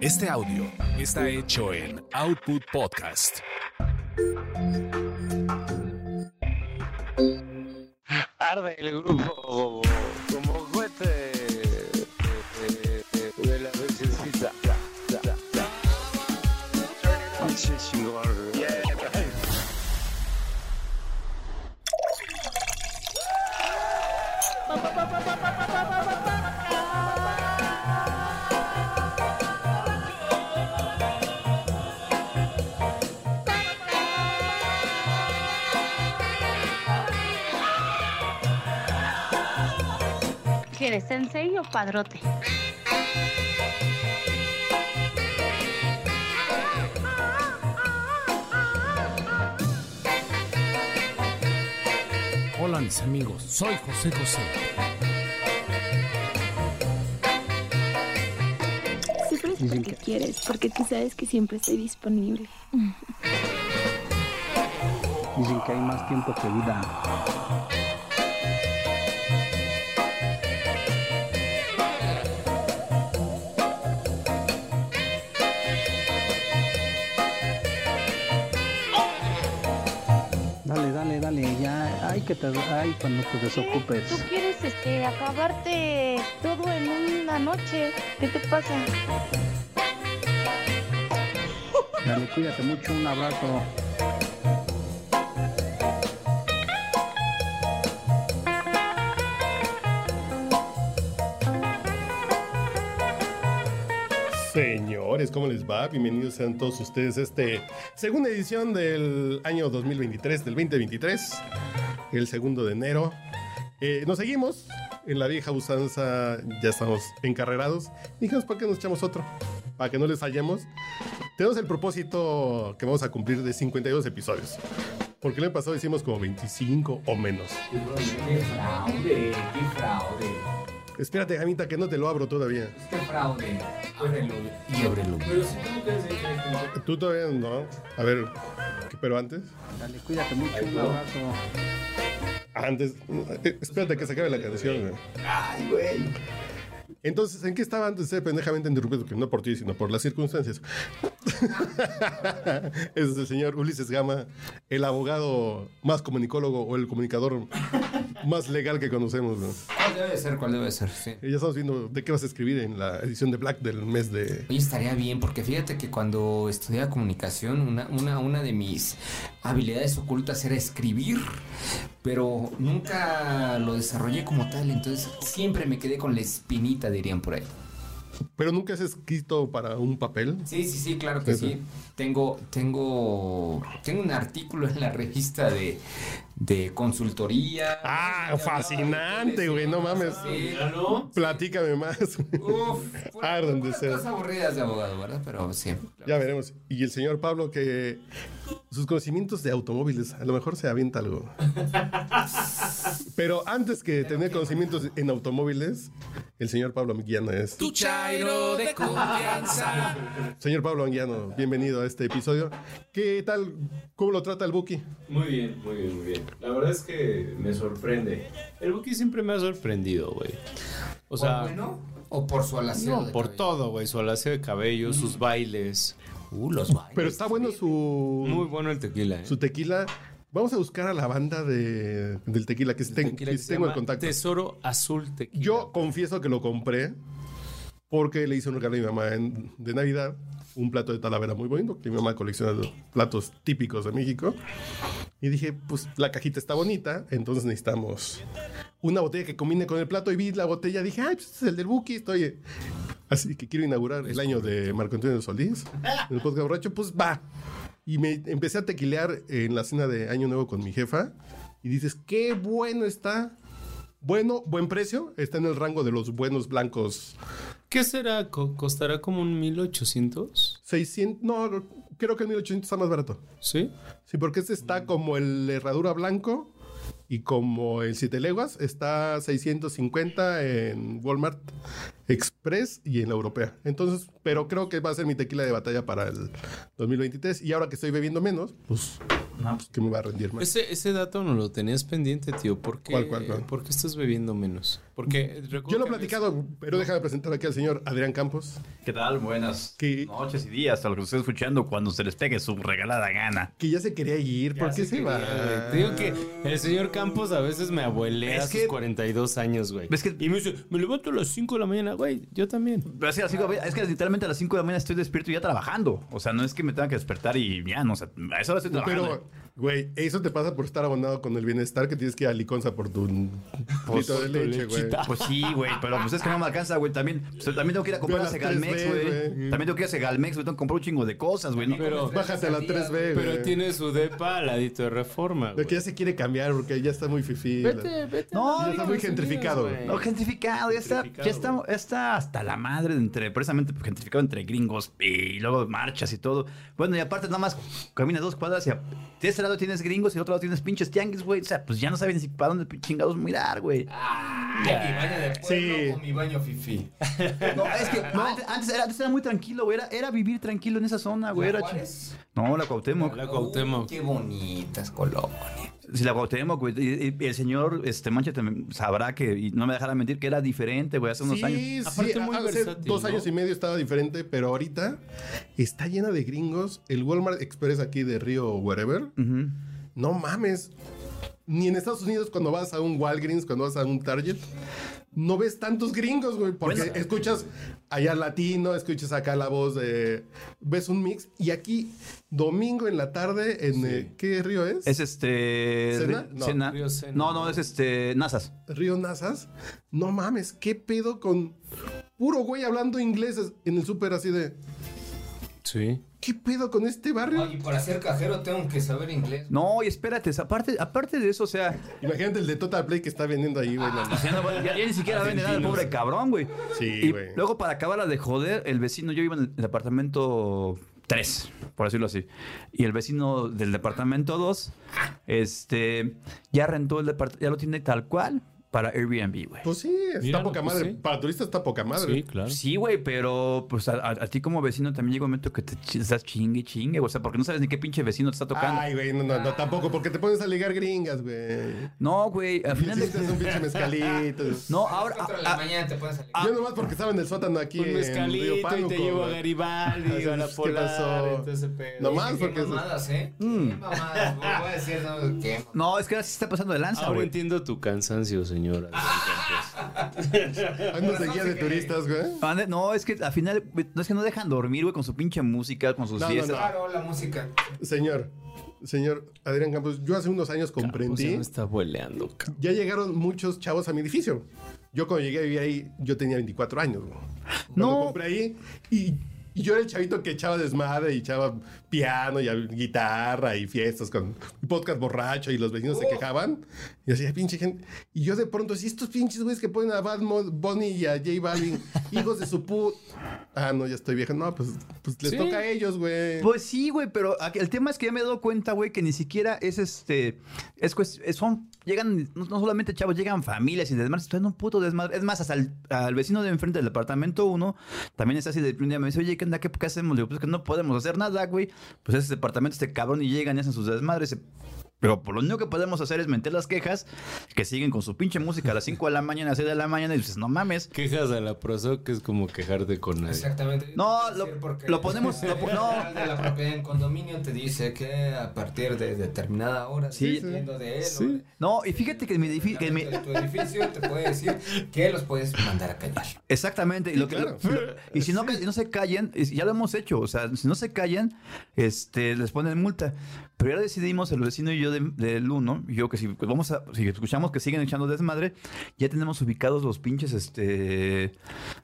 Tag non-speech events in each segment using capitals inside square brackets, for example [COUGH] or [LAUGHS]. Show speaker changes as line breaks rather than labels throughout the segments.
Este audio está hecho en Output Podcast.
Arde el grupo como, como cohete eh, eh, de la princesita. Ya, ya, ya. Pinche chingón.
¿Qué eres, sensei o padrote?
Hola mis amigos, soy José José.
Sufres porque quieres, porque tú sabes que siempre estoy disponible.
Dicen que hay más tiempo que vida. Dale, dale, dale, ya, ay que te, ay cuando te
¿Tú
desocupes.
quieres este, acabarte todo en una noche? ¿Qué te pasa?
Dale, cuídate mucho, un abrazo.
Señores, ¿cómo les va? Bienvenidos sean todos ustedes a este segunda edición del año 2023, del 2023, el segundo de enero. Eh, nos seguimos en la vieja usanza, ya estamos encarrerados. Dijimos, ¿por qué nos echamos otro? Para que no les hallemos. Tenemos el propósito que vamos a cumplir de 52 episodios. Porque el año pasado hicimos como 25 o menos.
¡Qué fraude! ¡Qué fraude!
Espérate, Gamita, que no te lo abro todavía.
¡Qué fraude! Ábrelo y ábrelo. Pero si tú nunca has hecho esto,
Tú todavía no. A ver, pero antes.
Dale, cuídate mucho, un abrazo.
Antes, eh, espérate que se acabe la canción. güey.
¡Ay, güey!
Entonces, ¿en qué estaba antes de ser pendejamente interrumpido? Que no por ti, sino por las circunstancias. [LAUGHS] Ese es el señor Ulises Gama, el abogado más comunicólogo o el comunicador más legal que conocemos. ¿no?
¿Cuál debe de ser? ¿Cuál debe de ser? Sí.
Y Ya estamos viendo de qué vas a escribir en la edición de Black del mes de...
Oye, estaría bien, porque fíjate que cuando estudiaba comunicación, una, una, una de mis habilidades ocultas era escribir, pero nunca lo desarrollé como tal, entonces siempre me quedé con la espinita, dirían por ahí.
Pero nunca has escrito para un papel.
Sí, sí, sí, claro que
Eso.
sí. Tengo, tengo, tengo un artículo en la revista de, de consultoría.
Ah,
Ya
fascinante, güey, no mames.
Sí, ¿no?
Platícame más.
Uf, por-
Ah, donde
por
sea.
cosas aburridas de abogado, ¿verdad? Pero sí.
Ya veremos. Y el señor Pablo que sus conocimientos de automóviles, a lo mejor se avienta algo. Pero antes que tener conocimientos en automóviles, el señor Pablo Anguiano es.
Tu chairo de confianza.
Señor Pablo Anguiano, bienvenido a este episodio. ¿Qué tal? ¿Cómo lo trata el Buki?
Muy bien, muy bien, muy bien. La verdad es que me sorprende. El Buki siempre me ha sorprendido, güey. O
¿Por
sea,
bueno o por su alaceo?
no,
de
por
cabello?
todo, güey. Su alaseo de cabello, sus bailes.
Uh, los bailes.
Pero está bueno
Muy
su,
bueno el tequila, ¿eh?
su tequila. Vamos a buscar a la banda de, del tequila que, ten-
Tequila
que
que se
tengo el
llama
contacto.
Tesoro Azul Tequila.
Yo confieso que lo compré porque le hice un regalo a mi mamá en- de Navidad, un plato de talavera muy bonito, que mi mamá colecciona los platos típicos de México. Y dije, pues la cajita está bonita, entonces necesitamos una botella que combine con el plato. Y vi la botella, dije, ay, pues este es el del Buki, estoy... Así que quiero inaugurar el año de Marco Antonio Solís, en el podcast borracho, pues va. Y me empecé a tequilear en la cena de Año Nuevo con mi jefa. Y dices, qué bueno está bueno, buen precio. Está en el rango de los buenos blancos.
¿Qué será? Co- ¿Costará como un 1800?
600, no, creo que el 1800 está más barato.
¿Sí?
Sí, porque este está como el herradura blanco y como el siete leguas. Está 650 en Walmart Express y en la europea. Entonces, pero creo que va a ser mi tequila de batalla para el 2023. Y ahora que estoy bebiendo menos, pues
No, pues,
que me va a rendir más.
Ese, ese dato no lo tenías pendiente, tío. ¿Por qué,
¿Cuál, cuál, cuál?
¿por qué estás bebiendo menos? Porque recuerdo
Yo lo he
que habías-
platicado, pero déjame presentar aquí al señor Adrián Campos,
¿Qué tal? Buenas
¿Qué?
noches y días a los que estoy escuchando cuando se les pegue su regalada gana.
que ya se quería ir. ¿Por
Ya
qué se,
quería,
va?
güey. Te digo que el señor Campos a veces me abuelea
Es
a sus
que-
42 años, güey.
¿Ves que-
Y me dice, me levanto a las 5 de la mañana, güey. Yo
Eh,
también.
Pero es, que a las cinco- es que literalmente a las 5 de la mañana estoy despierto y ya trabajando. O sea, no es que me tenga que despertar y ya, no, o sea, a esa hora estoy trabajando.
Pero, güey, eso te pasa por estar abonado con el bienestar que tienes que ir a Liconza por tu litro de
por tu
leche, güey.
lechita.
Pues sí, güey, pero pues es que no me alcanza, güey. También, pues, también tengo que ir a comprar
Ve
a
las
Segalmex,
3D,
güey.
güey.
También tengo que ir a Segalmex, güey. Tengo que comprar un chingo de cosas, güey. ¿no?
Pero,
Bájate a la 3B,
pero
güey.
tiene su depa al ladito de reforma,
eh. De
güey.
que ya se quiere cambiar porque ya está muy fifí.
Vete, vete.
No,
a
ya está
los Estados
muy gentrificado,
Unidos,
güey.
No, gentrificado, ya está, ya está,
Gentrificado,
ya está hasta la madre de entre, precisamente gentrificado entre gringos y luego marchas y todo. Bueno, y aparte nada más caminas dos cuadras y a- de ese lado tienes gringos y de otro lado tienes pinches tianguis, güey. O sea, pues ya no sabes ni si para dónde chingados mirar, güey.
Sí.
mi baño fifi.
No, es que no, antes, antes era, antes era muy tranquilo, güey. Era, era vivir tranquilo en esa zona, güey. Era chi- no, la Cuauhtémoc.
La Cuauhtémoc.
Qué bonitas colonias.
Si la Cuauhtémoc, güey. Y, y el señor este, Mancha también sabrá que, y no me dejará mentir, que era diferente, güey, hace unos años.
Sí, sí,
Aparte muy
hace
versátil,
dos
¿no?
años y medio estaba diferente, pero ahorita está llena de gringos. El Walmart Express aquí de Río Wherever.
Ujú.
No mames. Ni en Estados Unidos cuando vas a un Walgreens, cuando vas a un Target, no ves tantos gringos, güey. Porque
Bueno.
escuchas allá latino, escuchas acá la voz de... Ves un mix. Y aquí, domingo en la tarde, en... eh, ¿Qué río es?
Es este.
¿Cena?
Ri-
No.
Cena.
Río Sena.
No, no, es este. Nazas.
Río Nazas. No mames, ¿qué pedo con... Puro güey hablando inglés en el súper así de...
Sí.
¿Qué pedo con este barrio?
Oye, para ser cajero tengo que saber inglés.
No, y espérate, aparte, aparte de eso, o sea,
Imagínate el de Total Play que está vendiendo ahí, güey.
Ah,
la-
ya, no- ya- ya ni siquiera vende nada el pobre cabrón, güey.
Sí,
y
güey.
luego, para acabarla de joder, el vecino, yo iba en el departamento 3, por decirlo así, y el vecino del departamento 2, este, ya rentó el departamento, ya lo tiene tal cual para Airbnb, güey.
Pues sí, está
Míralo,
poca
pues
madre.
sí.
Para turistas está poca madre.
Sí, claro.
Sí, güey, pero pues a, a- a ti como vecino también llega un momento que te ch- estás chingue, chingue, o sea, porque no sabes ni qué pinche vecino te está tocando.
Ay, güey, no, no,
Ah.
no, tampoco, porque te pones a ligar gringas, güey.
No, güey, al
Y [LAUGHS]
final de...
hiciste un pinche mezcalito.
[LAUGHS]
No, ahora...
Cuatro de
a-
la
a-
mañana te puedes salir.
Yo nomás porque estaba en el sótano aquí
ah. Un
en Río
mezcalito y
Pánuco.
te llevo a
güey.
Garibaldi,
Así,
a la
¿qué
polar,
pasó?
entonces, pero-
Nomás
Qué
porque...
mamadas, ¿eh?
Mm.
Qué mamadas. Voy a decir, no, qué mamadas.
No, es que ahora sí está pasando de lanza,
Ahora
güey.
entiendo tu cansancio, señora. Ah,
Andas de guía de turistas, güey.
Ande- No, es que al final, güey, no es que no dejan dormir, güey, con su pinche música, con sus
No, no,
fiestas.
Claro, la música.
Señor, señor Adrián Campos, yo hace unos años comprendí...
me está boleando, cabrón.
Ya llegaron muchos chavos a mi edificio. Yo cuando llegué a vivir ahí, yo tenía 24 años. güey. Cuando
No.
compré ahí y, y yo era el chavito que echaba desmadre y echaba piano y hab- guitarra y fiestas con podcast borracho y los vecinos
Oh.
se quejaban. Y así, "Ay, pinche gente. Y yo de pronto, si estos pinches güeyes que ponen a Bad Mod, Bunny y a J
[LAUGHS]
Balvin, hijos de su put... Ah, no, ya estoy vieja. No, pues, pues les
Sí.
toca a ellos, güey.
Pues sí, güey, pero aquí- el tema es que ya me he dado cuenta, güey, que ni siquiera es este. Es, cues- es- son. Llegan, no, no solamente chavos, llegan familias y desmadres. Están en un puto desmadre. Es más, hasta al, al vecino de enfrente del departamento uno también está así de un día me dice, oye, ¿qué, onda? ¿Qué- qué hacemos? Le digo, pues que no podemos hacer nada, güey. Pues ese departamento, este cabrón, y llegan y hacen sus desmadres. se- Pero por lo único que podemos hacer es meter las quejas que siguen con su pinche música a las 5 de la mañana, a las 6 de la mañana, y dices, no mames.
Quejas a la prosa que es como quejarte con nadie.
Exactamente.
No,
Decir
lo-
porque
lo ponemos-
[LAUGHS]
lo po- no.
El de la propiedad en condominio te dice que a partir de determinada hora,
Sí.
dependiendo de él,
Sí.
o de-
No, y fíjate que en mi edificio. que en mi-
de tu edificio te puede decir que los puedes mandar a callar.
Exactamente. Y, lo que,
claro.
lo- y si no, ca- no se callan, y si- ya lo hemos hecho, o sea, si no se callan, este, les ponen multa. Pero ya decidimos, el vecino y yo de- del uno, y yo que si pues, vamos a, si escuchamos que siguen echando desmadre, ya tenemos ubicados los pinches, este,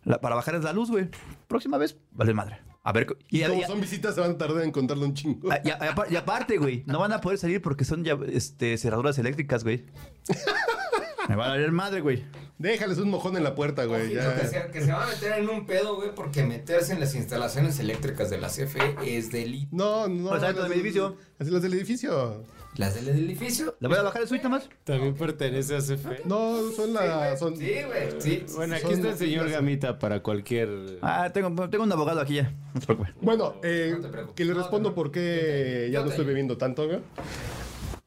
la- para bajar la luz, güey. Próxima vez, vale madre. A ver, y,
Y
ya-
como
ya-
son visitas, se van a tardar en encontrarle un chingo.
Ah, Y, a-
[LAUGHS]
y aparte, güey, no van a poder salir porque son ya, este, cerraduras eléctricas, güey. Me va a valer madre, güey.
Déjales un mojón en la puerta, güey.
Ojito,
pues,
Que,
Ya.
se, que se va a meter en un pedo, güey, porque meterse en las instalaciones eléctricas de la CFE es delito.
No, no.
Las altas del
las-
edificio.
Así las del edificio.
Las del edificio.
¿La voy a bajar el suite nomás?
También pertenece a CFE.
No, son las. Son...
Sí, güey. Sí.
Bueno, aquí
Son
está el señor
las-
Gamita para cualquier.
Ah, tengo, tengo un abogado aquí ya. No se preocupe.
Bueno, eh,
No te preocupes.
que le
No te
respondo por qué ya
Yo
no
te
estoy
ayudo.
bebiendo tanto, güey.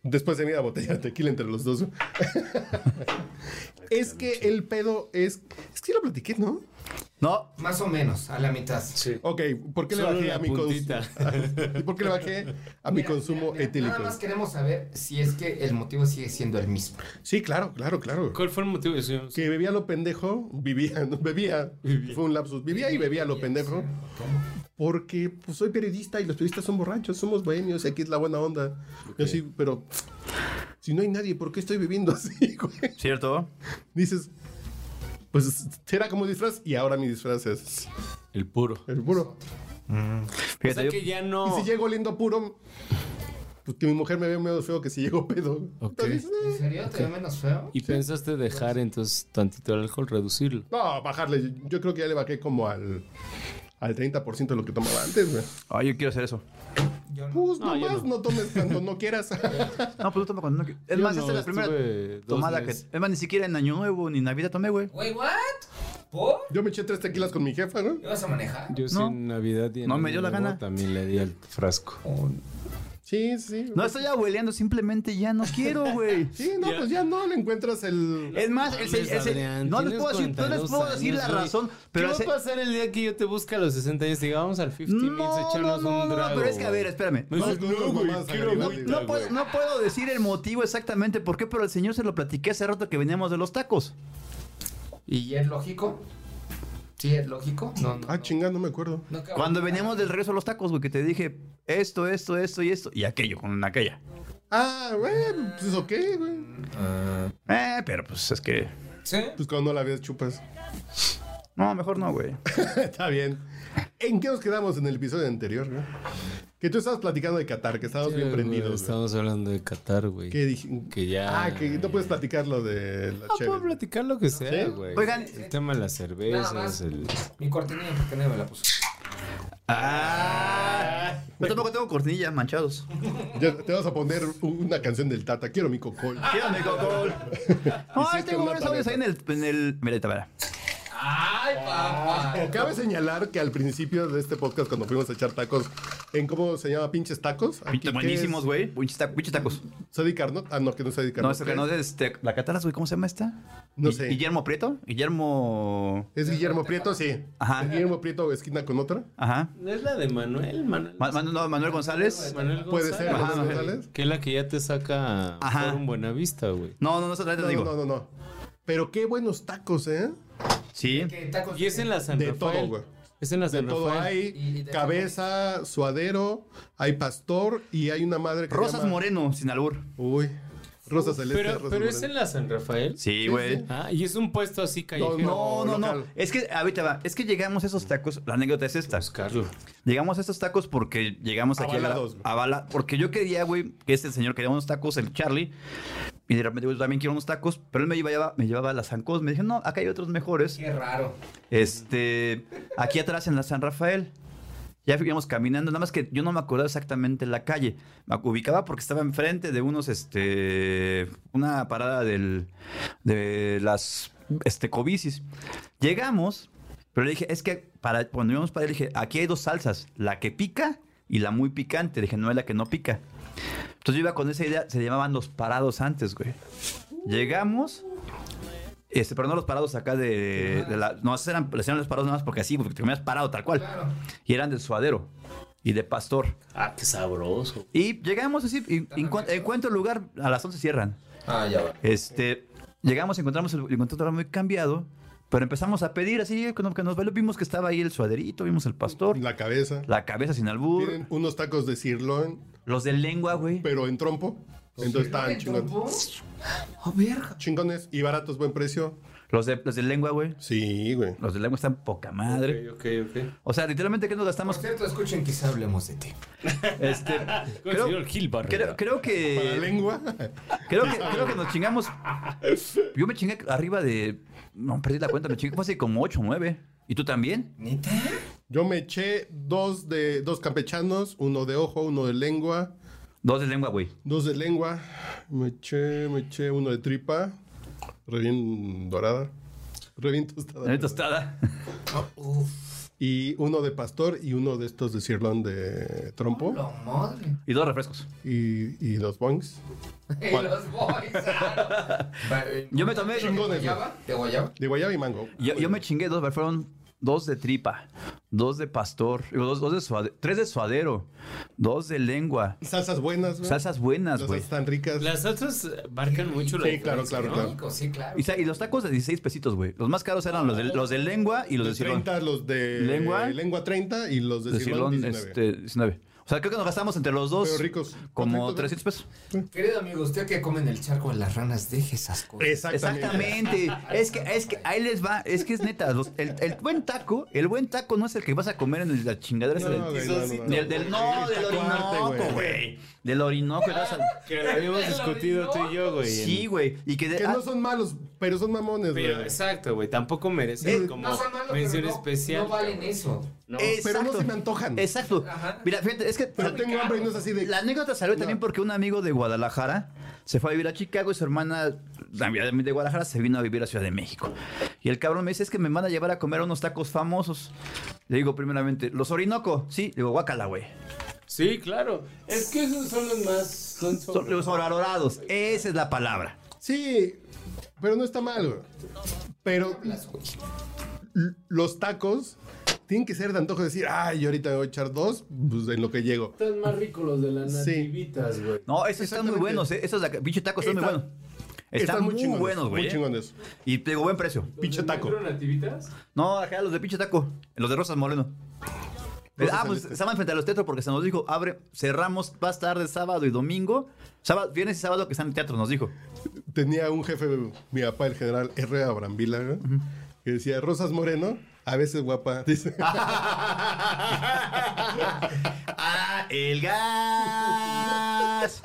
Después de media botella de tequila entre los
[LAUGHS]
dos. güey. es que el pedo es. Es que sí lo platiqué, ¿no?
No,
Más o menos, a la mitad.
Sí.
Ok, ¿por qué le
Solo
bajé
la
a mi consumo?
puntita.
[LAUGHS] ¿Por qué le bajé a mi
Mira,
consumo
mira, mira,
etílico?
Nada más queremos saber si es que el motivo sigue siendo el mismo.
Sí, claro, claro, claro.
¿Cuál fue el motivo? señor?
Que bebía lo pendejo, vivía, [LAUGHS] no, bebía,
Vivía.
fue un lapsus, vivía y bebía lo pendejo, porque pues soy periodista y los periodistas son borrachos, somos bohemios, aquí es la buena onda. Yo sí, pero si no hay nadie, ¿por qué estoy viviendo [LAUGHS] así, güey?
¿cierto?
Dices, pues será como disfraz y ahora mi disfraz es
El puro.
el puro.
O sea
Fíjate, yo-
que ya
Y
no.
si llego oliendo puro, pues que mi mujer me ve menos feo que si llego pedo.
Ok.
Entonces, eh,
¿En serio? ¿Te ve menos feo?
¿Y pensaste dejar entonces tantito el alcohol, reducirlo?
no, bajarle, yo creo que ya le bajé como al, al 30% de lo que tomaba antes, güey.
Ay, Ah, yo quiero hacer eso.
Yo no.
Pues
No, yo
nomás no.
no.
tomes cuando no
[LAUGHS]
quieras.
No, pues yo tomo cuando no qui- Es
Yo
más,
no,
esta es la primera
estuve dos
tomada que.
meses.
Es más, ni siquiera en Año Nuevo ni Navidad tomé, güey.
Wait, what? ¿Por?
Yo me eché tres tequilas con mi jefa, ¿no?
¿Me vas a manejar?
Yo sí
No.
en Navidad y en
No, me dio
Año
la
Nuevo
gana.
También le di al frasco.
Sí, sí.
No estoy abueleando, simplemente ya no quiero,
[LAUGHS]
güey.
Sí, no, pues ya no le encuentras el.
Eh.
Es más, el, se- el se-
Adrián,
no les
tienes
puedo decir, no les
42
puedo decir la
años, güey.
razón,
¿Qué
pero
va a
hace-
pasar el día que yo te busque a los 60 años y diga, vamos al 50
no,
mil a
no, no,
echarnos
no,
un
no,
trago?
pero es que a ver, espérame.
Me
No,
dices,
no,
no,
güey,
güey,
quiero
quiero
agüita,
agüita,
no puedo,
güey.
no puedo decir el motivo exactamente por qué, pero el señor se lo platiqué hace rato que veníamos de los tacos.
¿Y es lógico? ¿Sí es lógico? No, no.
Ah,
no.
chingada, no me acuerdo.
No, cabrón.
Cuando veníamos del regreso a los tacos, güey, que te dije esto, esto, esto y esto, y aquello con aquella.
Ah, güey, pues ok, güey.
Eh, pero pues es que.
¿Sí?
Pues cuando no la ves, chupas. [LAUGHS]
No, mejor no, güey.
Está bien. ¿En qué nos quedamos en el episodio anterior, güey? Que tú estabas platicando de Qatar, que estábamos bien
Güey,
prendidos. güey.
Estamos hablando de Qatar, güey.
Que dije.
Que ya-
Ah, que no puedes platicar lo de la
Ah,
cheve.
puedo platicar lo que sea,
¿Sí?
güey.
Oigan,
el tema de las
Nada más.
cervezas, el...
Mi cortinilla, ¿por qué nadie me la puso?
Ah, yo tampoco tengo cortinilla, manchados.
Ya te vas a poner una canción del Tata. Quiero mi cocol.
Ah,
Quiero mi [LAUGHS] cocol. Ay,
Hiciste
tengo
una
varios audios ahí en el. En el... Mira, ahí te verá.
¡Ay, papá!
Cabe señalar que al principio de este podcast, cuando fuimos a echar tacos, en cómo se llama pinches tacos. Aquí,
Pinches
¿qué es? Mm,
buenísimos, güey. Pinches ta- pinches tacos.
Sadi Carnot. Ah, no, que no es Sadi
No,
Carnot.
es que no es este. La Cataras, güey, ¿cómo se llama esta?
No
Gui-
sé.
Guillermo Prieto. Guillermo.
¿Es Guillermo Prieto, sí.
Ajá.
¿Es Guillermo Prieto esquina con otra.
Ajá.
¿No es la de Manuel? Manuel,
Ma- Manu- no, Manuel González.
Manuel
Puede
González.
ser,
Ajá,
Manuel
Manuel.
González.
Que es la que ya te saca
Ajá.
por un Buenavista, güey.
No, no, no, esa te
No,
digo.
no, no, no. Pero qué buenos tacos, ¿eh?
Sí.
¿Qué tacos?
Y es en la San
De
Rafael.
todo, güey.
Es en la
De
San
todo
Rafael.
Y
hay.
de-
Cabeza, suadero, hay pastor y hay una madre que
Rosas
llama-
Moreno, sin albur.
Uy. Rosa Celeste,
Pero,
Rosa
pero es
Moreno.
en la San Rafael.
Sí,
Sí,
güey.
sí.
Ah, y es un puesto así callejero.
No, no, no.
local.
Es que ahorita va. Es que llegamos a esos tacos. La anécdota es esta.
Buscarlo.
Llegamos a estos tacos porque llegamos aquí
Avalados, güey.
a la a bala- Porque yo quería, güey, que este señor quería unos tacos, el Charlie. Y de repente, güey, yo también quiero unos tacos. Pero él me llevaba, me llevaba a la San Cos. Me dijo, no, acá hay otros mejores.
Qué raro.
Este, aquí atrás en la San Rafael. Ya íbamos caminando, nada más que yo no me acordaba exactamente la calle. Me ubicaba porque estaba enfrente de unos, este, una parada del, de las, este, cobicis. Llegamos, pero le dije, es que para, cuando íbamos para allá, le dije, aquí hay dos salsas, la que pica y la muy picante. Le dije, no es la que no pica. Entonces yo iba con esa idea, se llamaban los parados antes, güey. Llegamos, este, pero no los parados acá de, de la. No, esos eran, les hacían los parados nada más porque así, porque te comías parado tal cual. Y eran de suadero y de pastor.
Ah, qué sabroso.
Y llegamos así, y encu- encuentro el lugar, a las 11 cierran.
Ah, ya va.
Este, llegamos, encontramos el, el contador muy cambiado, pero empezamos a pedir así, cuando que nos valió, vimos que estaba ahí el suaderito, vimos el pastor,
La cabeza.
la cabeza sin albur,
Tienen unos tacos de sirloin,
los de lengua, güey.
pero en trompo. Entonces están
¿Me
chingones.
tumbó? ¡Oh, verga!
Chingones y baratos, buen precio.
Los de, los de lengua, güey.
Sí, güey.
Los de lengua están poca madre.
Ok, ok, ok.
O sea, literalmente, ¿qué nos
Por
gastamos?
cierto, escuchen, quizá hablemos de ti.
Este,
Con el
creo,
señor Gil Barrera.
creo, creo
Para la
que,
lengua.
creo que. Creo que nos chingamos. Yo me chingué arriba de. No, perdí la cuenta. Me chingué fue así como 8 o 9. ¿Y tú también?
¿Neta?
Yo me eché dos de dos campechanos, uno de ojo, uno de lengua,
Dos de lengua, güey.
dos de lengua. Me eché, me eché uno de tripa, re bien dorada, re bien tostada.
La tostada.
Y uno de pastor y uno de estos de cirlón de trompo
¡La madre! [LAUGHS]
Y dos refrescos.
y, y dos bongs.
Y los boys! ah, no. Va, eh,
[LAUGHS] Yo me tomé-
¿De guayaba? ¿De guayaba?
De guayaba y mango.
Yo, yo me chingué dos, pero fueron dos de tripa, dos de pastor, digo, dos, dos de suade- tres de suadero, dos de lengua,
Salsas buenas, güey.
salsas
Las
buenas,
salsas
güey.
están ricas.
Las salsas marcan mucho la
Sí, claro,
diferencia,
claro,
¿no?
claro.
Rico, Sí, claro.
Y, sa- y los tacos de 16 pesitos, güey. Los más caros eran los de, los de lengua y los de
de
cirlón.
30, los de
Lengua.
lengua 30 y los de,
De
cirlón,
cirlón,
19.
este, 19. O sea, creo que nos gastamos entre los dos
Pero ricos.
como
Perfecto,
300 pesos.
Querido amigo, usted que come en el charco de las ranas, deje esas cosas.
Exactamente.
Exactamente. Es que, es que ahí les va. Es que es neta. los- el, el buen taco, el buen taco no es el que vas a comer en el- la chingadera. esa
No,
del-
güey, no, no, no.
del, del- no, del
Taco arte,
Orinoco, güey. Del Orinoco. y vas a-
Que lo
[LAUGHS]
habíamos discutido tú y yo, güey.
Sí,
en-
güey. Y que, de-
Que
ah,
no son malos, pero son mamones, güey.
Pero, exacto, güey. Tampoco merecen
Eh,
como
No son malos,
mención
pero no,
especial.
no valen
cabrón. [LAUGHS]
eso.
No.
Pero no
exacto.
se me antojan.
Exacto.
Ajá.
Mira, fíjate, es que.
Pero tengo hambre y no es así de.
La anécdota salió también porque un amigo de Guadalajara se fue a vivir a Chicago y su hermana, también de Guadalajara, se vino a vivir a Ciudad de México. Y el cabrón me dice, es que me van a llevar a comer unos tacos famosos. Le digo primeramente, ¿los Orinoco? Sí. Le digo, guácala, güey.
Sí, claro. Es que esos son los más. Son
Son
sobre-
los oradorados. Esa es la palabra.
Sí, pero no está mal, güey. Pero l- los tacos tienen que ser de antojo de decir, ay, yo ahorita me voy a echar dos, pues en lo que llego.
Están más ricos los de las
Sí.
nativitas, güey.
No, esos están muy
Exactamente.
buenos, ¿eh? Esos de- pinche tacos están muy
Están-
buenos. Están, muy,
chingones,
buenos, güey.
Muy
¿eh?
chingones.
Y te digo, buen precio.
Pinche
¿Los de
taco.
Metro nativitas?
No, acá los de pinche taco. Los de Rosas Moreno.
Rosas
ah, pues
Celeste.
estaban frente a los teatros porque se nos dijo, abre, cerramos más tarde sábado y domingo. Sábado, viernes y sábado que están en teatro, nos dijo.
Tenía un jefe, mi papá, el general R. Abrambila, güey, que decía, Rosas Moreno, a veces guapa. [LAUGHS] Dice,
¡Ah, el gas!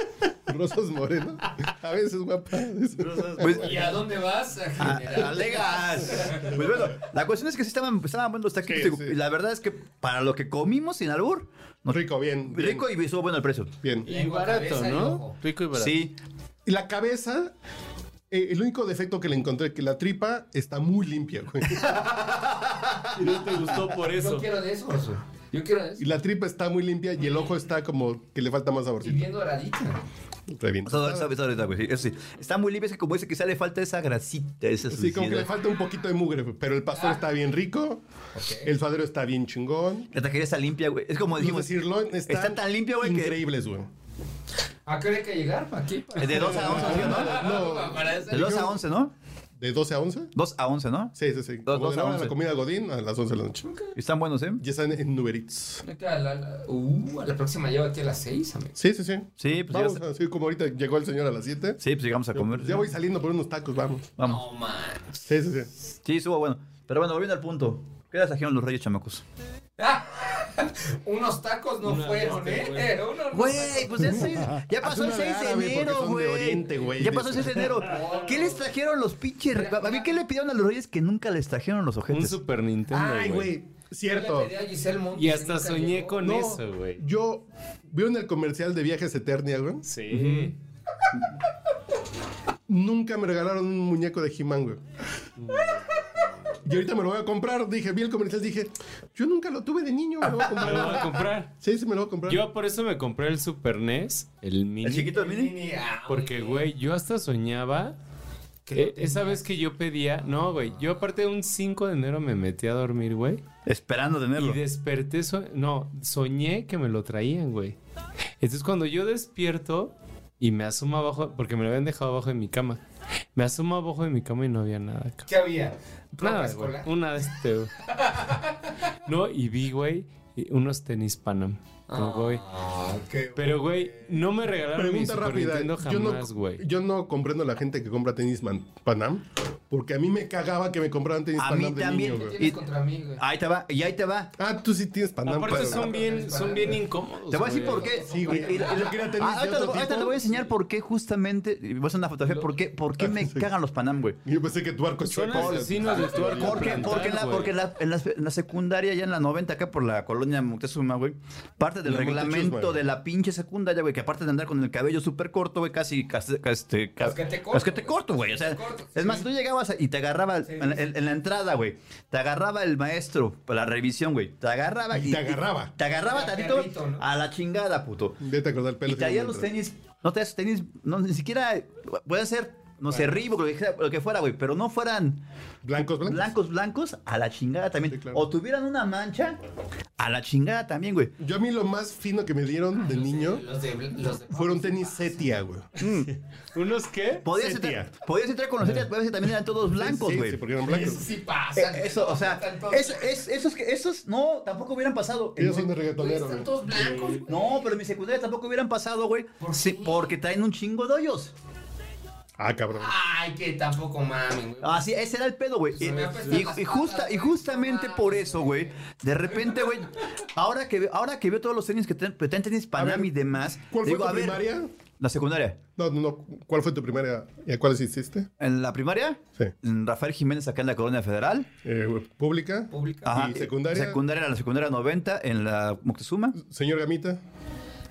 Rosas Moreno, a veces guapa. Dice.
[LAUGHS] Pues,
¿Y a dónde vas? A
ah,
generar.
al de gas. Pues bueno, la cuestión es que sí estaban, estaban buenos los taquitos.
Sí,
digo,
sí.
Y la verdad es que para lo que comimos sin albur, nos-
Rico, bien. bien,
rico y estuvo bueno el precio.
Bien.
Y barato,
cabeza y
¿no?
ojo.
Rico y barato.
Sí,
Y la cabeza, eh, el único defecto que le encontré es que la tripa está muy limpia, güey.
Y no te gustó por
Yo
eso.
quiero de esos. güey. Yo quiero de
Y
esos.
la tripa está muy limpia y el ojo está como que le falta más
Y
saborcito.
bien doradita.
Re bien.
o sea, está- está- está- güey, sí, eso sí. Está muy limpio, es que como dice, quizá le falta esa grasita. Esa
Sí, como que le
suciedad.
falta un poquito de mugre, güey, pero el pastor está bien rico, el suadero está bien chingón.
La taquería está limpia, güey. Es como
Los de
dijimos.
cirlón están
está tan limpio, güey, que-
increíbles, güey.
¿A qué hora hay que llegar? ¿Para aquí?
Eh,
¿Para
De 2 a 11, ¿sí, no?
[LAUGHS] No, para eso.
De 2 a 11, ¿no?
¿De 12 a 11?
2 a 11, ¿no?
Sí, sí, sí.
Dos-
Como
dos
de
a
la hora de
11.
la comida Godín a las 11 de la noche.
Están buenos, ¿eh?
Ya están en Uber Eats.
Neta, a la- la- Uh, a la próxima llevo aquí a las 6, amigo.
Sí, sí, sí.
Sí, pues
Vamos,
llegas-
así como ahorita llegó el señor a las 7.
Sí, pues llegamos a comer.
Ya voy saliendo por unos tacos, vamos.
Vamos.
No manches.
Sí, sí, sí.
Sí, estuvo bueno. Pero bueno, volviendo al punto. ¿Qué les trajeron los reyes chamacos?
Unos tacos no
Una
fueron,
vez
¿eh?
te
Era uno, unos
Güey,
tacos.
pues ya, se- ya pasó el
Haz una
6 de
árabe, porque
enero,
son de Oriente,
güey.
güey,
Ya
de-
pasó el 6 de enero. ¿Qué les trajeron los pinches? re- A mí, ¿qué le pidieron a los reyes que nunca les trajeron los
Un
ojetes?
Super Nintendo,
Ay, güey.
Yo
Cierto.
le pedí a Giselle Montes
Y hasta
nunca
soñé
llegó.
con
No,
eso, güey.
Yo vi en el comercial de Viajes Eternia, güey.
Sí.
Nunca me regalaron un muñeco de He-Man, güey. Y ahorita me lo voy a comprar. Dije, vi el comercial, dije, yo nunca lo tuve de niño, me lo voy a
Me
[LAUGHS]
lo voy a
comprar.
comprar.
Sí, sí, me lo voy a comprar.
Yo por eso me compré el Super NES, el mini.
¿El chiquito del mini?
Ni- ah,
Porque, güey, yo hasta soñaba. eh, esa vez que yo pedía. No, güey. Yo, aparte, un 5 de enero me metí a dormir, güey.
Esperando
Y
tenerlo.
desperté. so- no, soñé que me lo traían, güey. Entonces, cuando yo despierto y me asomo abajo. Porque me lo habían dejado abajo de mi cama. Me asomo abajo de mi cama y no había nada, cabrón.
¿Qué había?
Nada,
Ropa
güey,
escolar.
Una de este, güey. [LAUGHS] No, y vi, güey, y unos tenis Panam. Como, güey.
Ah, qué
Pero, güey, no me regalaron mi
Pregunta
Super
rápida.
Nintendo
yo,
jamás,
no,
güey.
yo no comprendo a la gente que compra tenis man- Panam Porque a mí me cagaba que me compraran tenis
A
Pan
mí
Am de
también.
niño, güey.
Tienes contra mí, güey.
Ahí te va, y ahí te va.
Ah, tú sí tienes Pan Am,
Aparte
pero-
son bien, son bien incómodos.
Te voy a decir
güey.
por qué.
Sí, güey.
Y- y- y-
Yo quería tenis
Ah,
de
ahorita,
otro
te- ahorita
tipo.
te voy a enseñar por qué justamente. y Vas a una fotografía. ¿Por qué, por qué
Ah,
me cagan los Panam, güey?
Yo pensé que tu arco es
Son
chueco.
asesinos de tu arco
Porque,
plantar,
porque, en la,
güey.
porque en la- en, la, en la secundaria, ya en la 90, acá por la colonia Moctezuma, güey, parte del
La Moctezuma,
reglamento
güey.
de la pinche secundaria, güey, que aparte de andar con el cabello súper corto, güey, casi, casi, este, ca-
Casquete corto,
casquete
güey.
corto, güey. O sea,
Corto,
es
sí.
más, tú llegabas y te agarraba el-
Sí,
en, la-
sí.
en- en la entrada, güey. Te agarraba el maestro para la revisión, güey. Te agarraba
Y te agarraba.
Te agarraba
Ya
tantito
perrito, ¿no?
a la chingada, puto.
Vete a acordar el pelo.
Y traía los
entra.
tenis, no te tenis, no, ni siquiera, puede ser, no sé, Reebok, lo que sea- lo que fuera, güey, pero no fueran
Blancos, blancos.
blancos, blancos, a la chingada también.
Sí, claro.
O tuvieran una mancha, a la chingada también, güey.
Yo a mí lo más fino que me dieron de niño
Los de, los de
fueron tenis setia, güey.
¿Unos qué?
Podías
Sepia.
entrar, podías entrar con los setias, pero a veces también eran todos blancos,
Sí,
güey.
Sí, porque eran blancos.
Eso sí pasa.
Eh, Eso, o sea, eso, es, esos, que- esos no, tampoco hubieran pasado. En
Ellos
mi
son de
sec-
reggaetonero,
Están
güey.
todos blancos, güey.
No, pero en mi secundaria tampoco hubieran pasado, güey.
¿Por
Sí,
qué?
porque traen un chingo de hoyos.
Ah, cabrón.
Ay, que tampoco mamen, güey.
Así, ese era el pedo, güey. Y,
me apestan
y-
las
y justa,
patas,
y
güey.
justamente por eso, güey. De repente, güey. Ahora que, ve- ahora que veo todos los tenis que traen, que traen tenis Panam
ver,
y demás.
¿Cuál
digo,
fue
a
tu
ver,
primaria?
La secundaria.
No, no, no. ¿Cuál fue tu primaria? ¿Y a cuáles hiciste?
En la primaria,
Sí.
en Rafael Jiménez acá en la Colonia Federal.
Eh, güey, ¿Pública?
Pública.
Ajá.
¿Y secundaria?
Secundaria, la secundaria 90, en la Moctezuma.
Señor Gamita.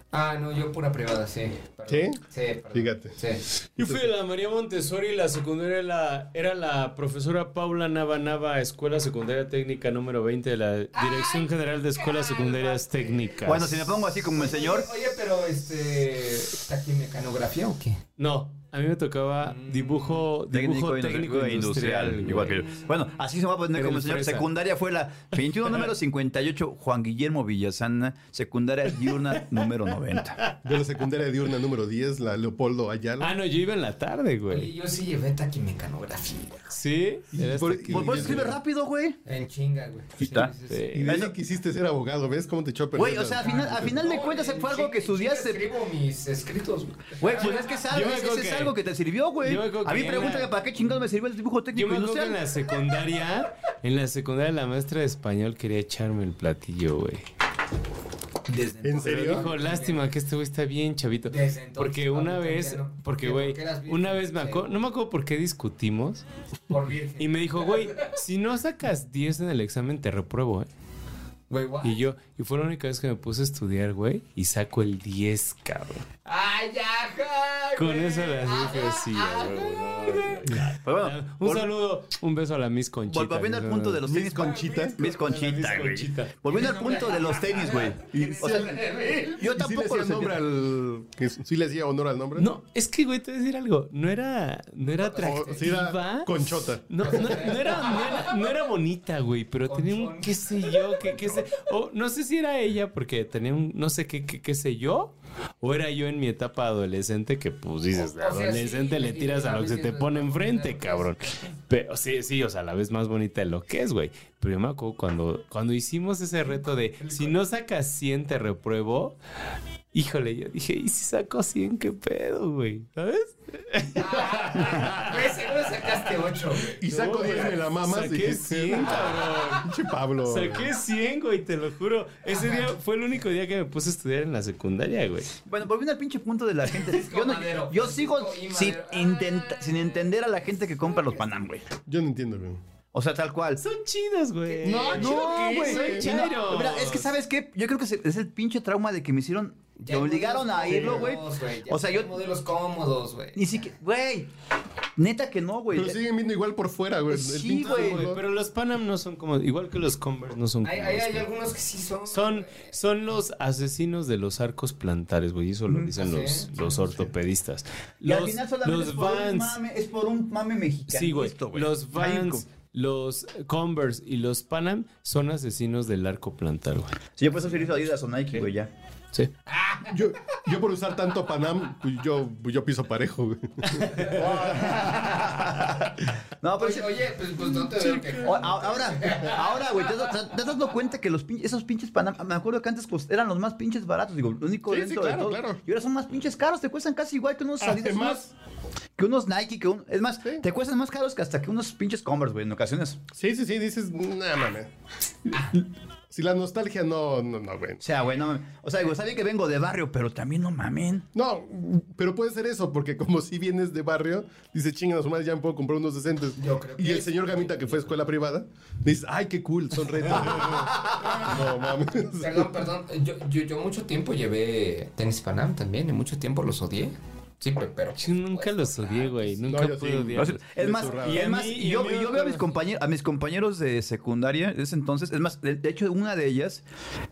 Ah, no, yo pura privada, sí. perdón.
¿Sí?
Sí, perdón.
Fíjate.
Sí.
Yo fui a la María Montessori y la secundaria la- era la profesora Paula Nava Nava, Escuela Secundaria Técnica número 20 de la Dirección General de Escuelas Secundarias Técnicas.
Bueno, si me pongo así como el señor.
Oye, oye, pero este. ¿Taquimecanografía o qué?
No, a mí me tocaba
Mm.
dibujo dibujo técnico,
e
industrial.
Igual que
güey.
yo. Bueno, así se va a poner
Era
como
el
el señor.
fresa.
Secundaria fue la 21 número 58, Juan Guillermo Villasana. Secundaria
[LAUGHS]
diurna número 90.
Yo la secundaria diurna número 10, la Leopoldo Ayala.
Ah, no, yo iba en la tarde,
Oye,
güey.
yo sí llevé taquimecanografía.
¿Sí? Era
por-
hasta que-
Pues por eso escribe rápido, güey.
En chinga, güey. Sí,
está.
sí, sí.
y
Sí.
de
eso-
ahí quisiste ser abogado, ¿ves? ¿Cómo te echó a perder
Güey, o
la-
sea, a final, a final de cuentas
en
fue algo
chinga-
que
en chinga
estudiaste.
Escribo mis escritos, güey. Ah,
Güey, pues es que es
Yo
algo,
me
es,
acuerdo
es
que-
algo que te sirvió, güey.
yo me acuerdo
A mí
que
pregúntame
era-
para qué chingados me sirvió el dibujo
Yo
técnico
me acuerdo que en
industrial.
la secundaria, en la secundaria la maestra de español quería echarme el platillo, güey.
Desde
¿En
Pero
serio?
dijo, lástima que este güey está bien chavito.
Desde entonces,
porque una
Pablito,
vez,
ya no.
porque
¿Qué?
güey,
Porque eras virgen,
una vez me
sí.
acuerdo, no me acuerdo por qué discutimos.
Por virgen.
Y me dijo, güey, si no sacas 10 en el examen te repruebo, ¿eh?
Güey, guau.
Y yo, y fue la única vez que me puse a estudiar, güey, y saco el 10, cabrón.
¡Ay, ajá!
Con
güey.
eso las dije, sí,
Ajá,
güey,
ah, güey.
Pero Pues, bueno,
Un
vol-
saludo, un beso a la Miss Conchita.
Volviendo al punto de los tenis. Conchita. Mis
Miss
Conchita, güey.
Conchita.
Volviendo al punto de los tenis, güey. O sea, yo
¿Y sí le
tampoco
hacía
los
nombre al... que ¿Sí le hacía honor al nombre?
No, es que, güey, te voy a decir algo. No era, no era atractiva.
O sí era conchota.
No, no, no era, no, era, no era bonita, güey, pero tenía un
Conchón.
qué sé yo, que, qué sé. O no sé si era ella, porque tenía un no sé qué, qué, qué sé yo. O era yo en mi etapa adolescente, que pues dices,
O- o sea,
adolescente
sí,
le tiras a lo que se te
definitivamente
pone
es más bonita
enfrente,
de lo
cabrón.
que
Pero sí, sí, o sea, la vez más bonita de lo que es, güey. Pero yo me acuerdo cuando, cuando hicimos ese reto de si no sacas 100, te repruebo. Híjole, yo dije, ¿y si saco 100? ¿Qué pedo, güey? ¿Sabes?
Ah, Güey, seguro sacaste 8, güey.
Y saco
No,
10 me la mamas y
Saqué
dijiste,
100,
"Ah,
cabrón.
pinche Pablo.
Saqué 100, güey, te lo juro. Ese día fue el único día que me puse a estudiar en la secundaria, güey.
Bueno, volviendo al pinche punto de la gente.
Francisco
Yo, no-
Madero,
yo sigo
Francisco y
sin,
Madero.
intenta- sin entender a la gente que compra los Panam, güey.
Yo no entiendo, güey.
O sea, tal cual.
Son chidas, güey.
No, güey.
Son
Y no,
chidos.
mira, es que sabes qué, yo creo que se- es el pinche trauma de que me hicieron,
Ya
me obligaron a
hay
irlo, güey.
modelos, Ya
O sea,
hay
yo
Modelos cómodos, güey.
ni siquiera, güey. Neta que no, güey. eh,
Pero siguen viendo igual por fuera, güey. El
Sí,
pinche
güey,
color.
Güey, Pero los Panam no son como. Igual que los Converse no son
Hay,
como.
hay, hay algunos que sí son.
Son, son los asesinos de los arcos plantares, güey. Eso lo dicen
Ah,
los,
sí.
los ortopedistas.
Y al
Los-
final solamente
los
es, por un
Vans.
mame, es por un mame mexicano.
Sí, güey. Los Vans, los Converse y los Panam son asesinos del arco plantar, güey.
Sí, yo por eso utilizo Adidas o Nike, güey,
[LAUGHS]
ya.
Sí.
Ah,
Yo, yo por usar tanto Panam, pues yo, pues yo piso parejo, güey.
No, pero...
Oye,
sí-
oye, pues, pues no te veo que.
O- a- Ahora, ahora, güey, ¿te, has dado- te has dado cuenta que los pin- esos pinches Panam, me acuerdo que antes cost- eran los más pinches baratos, digo, lo único
Sí, sí,
lento
claro,
de todo.
claro.
Y ahora son más pinches caros, te cuestan casi igual que unos Adidas,
Además,
unos- que unos Nike, que un, es más,
Sí.
te cuestan más caros que hasta que unos pinches Converse, güey, en ocasiones.
sí, sí, sí, dices, nada mames. Si la nostalgia no, no, no, güey.
O sea, güey, no mames. O sea, digo, está bien que vengo de barrio, pero también no mamen.
No, pero puede ser eso, porque como si vienes de barrio, dice, chinga, su madre, ya me puedo comprar unos decentes.
Yo creo
y
que
el
es-
señor Gamita, que fue a escuela privada, dice, ay, qué cool, son
[LAUGHS]
retos. no mames.
Perdón, perdón. Yo, yo, yo mucho tiempo llevé tenis Panam también y mucho tiempo los odié. Sí, pero. pero
Yo nunca
pues,
los odié, güey. Nunca
yo sí.
pude odiarlos.
Es
Me
más,
zurraba.
y
Y a
es más,
mí-
y
y
yo,
a mí
yo
me
veo a mis,
acuerdo.
compañeros, a mis compañeros de secundaria de ese entonces. Es más, de, de hecho, una de ellas,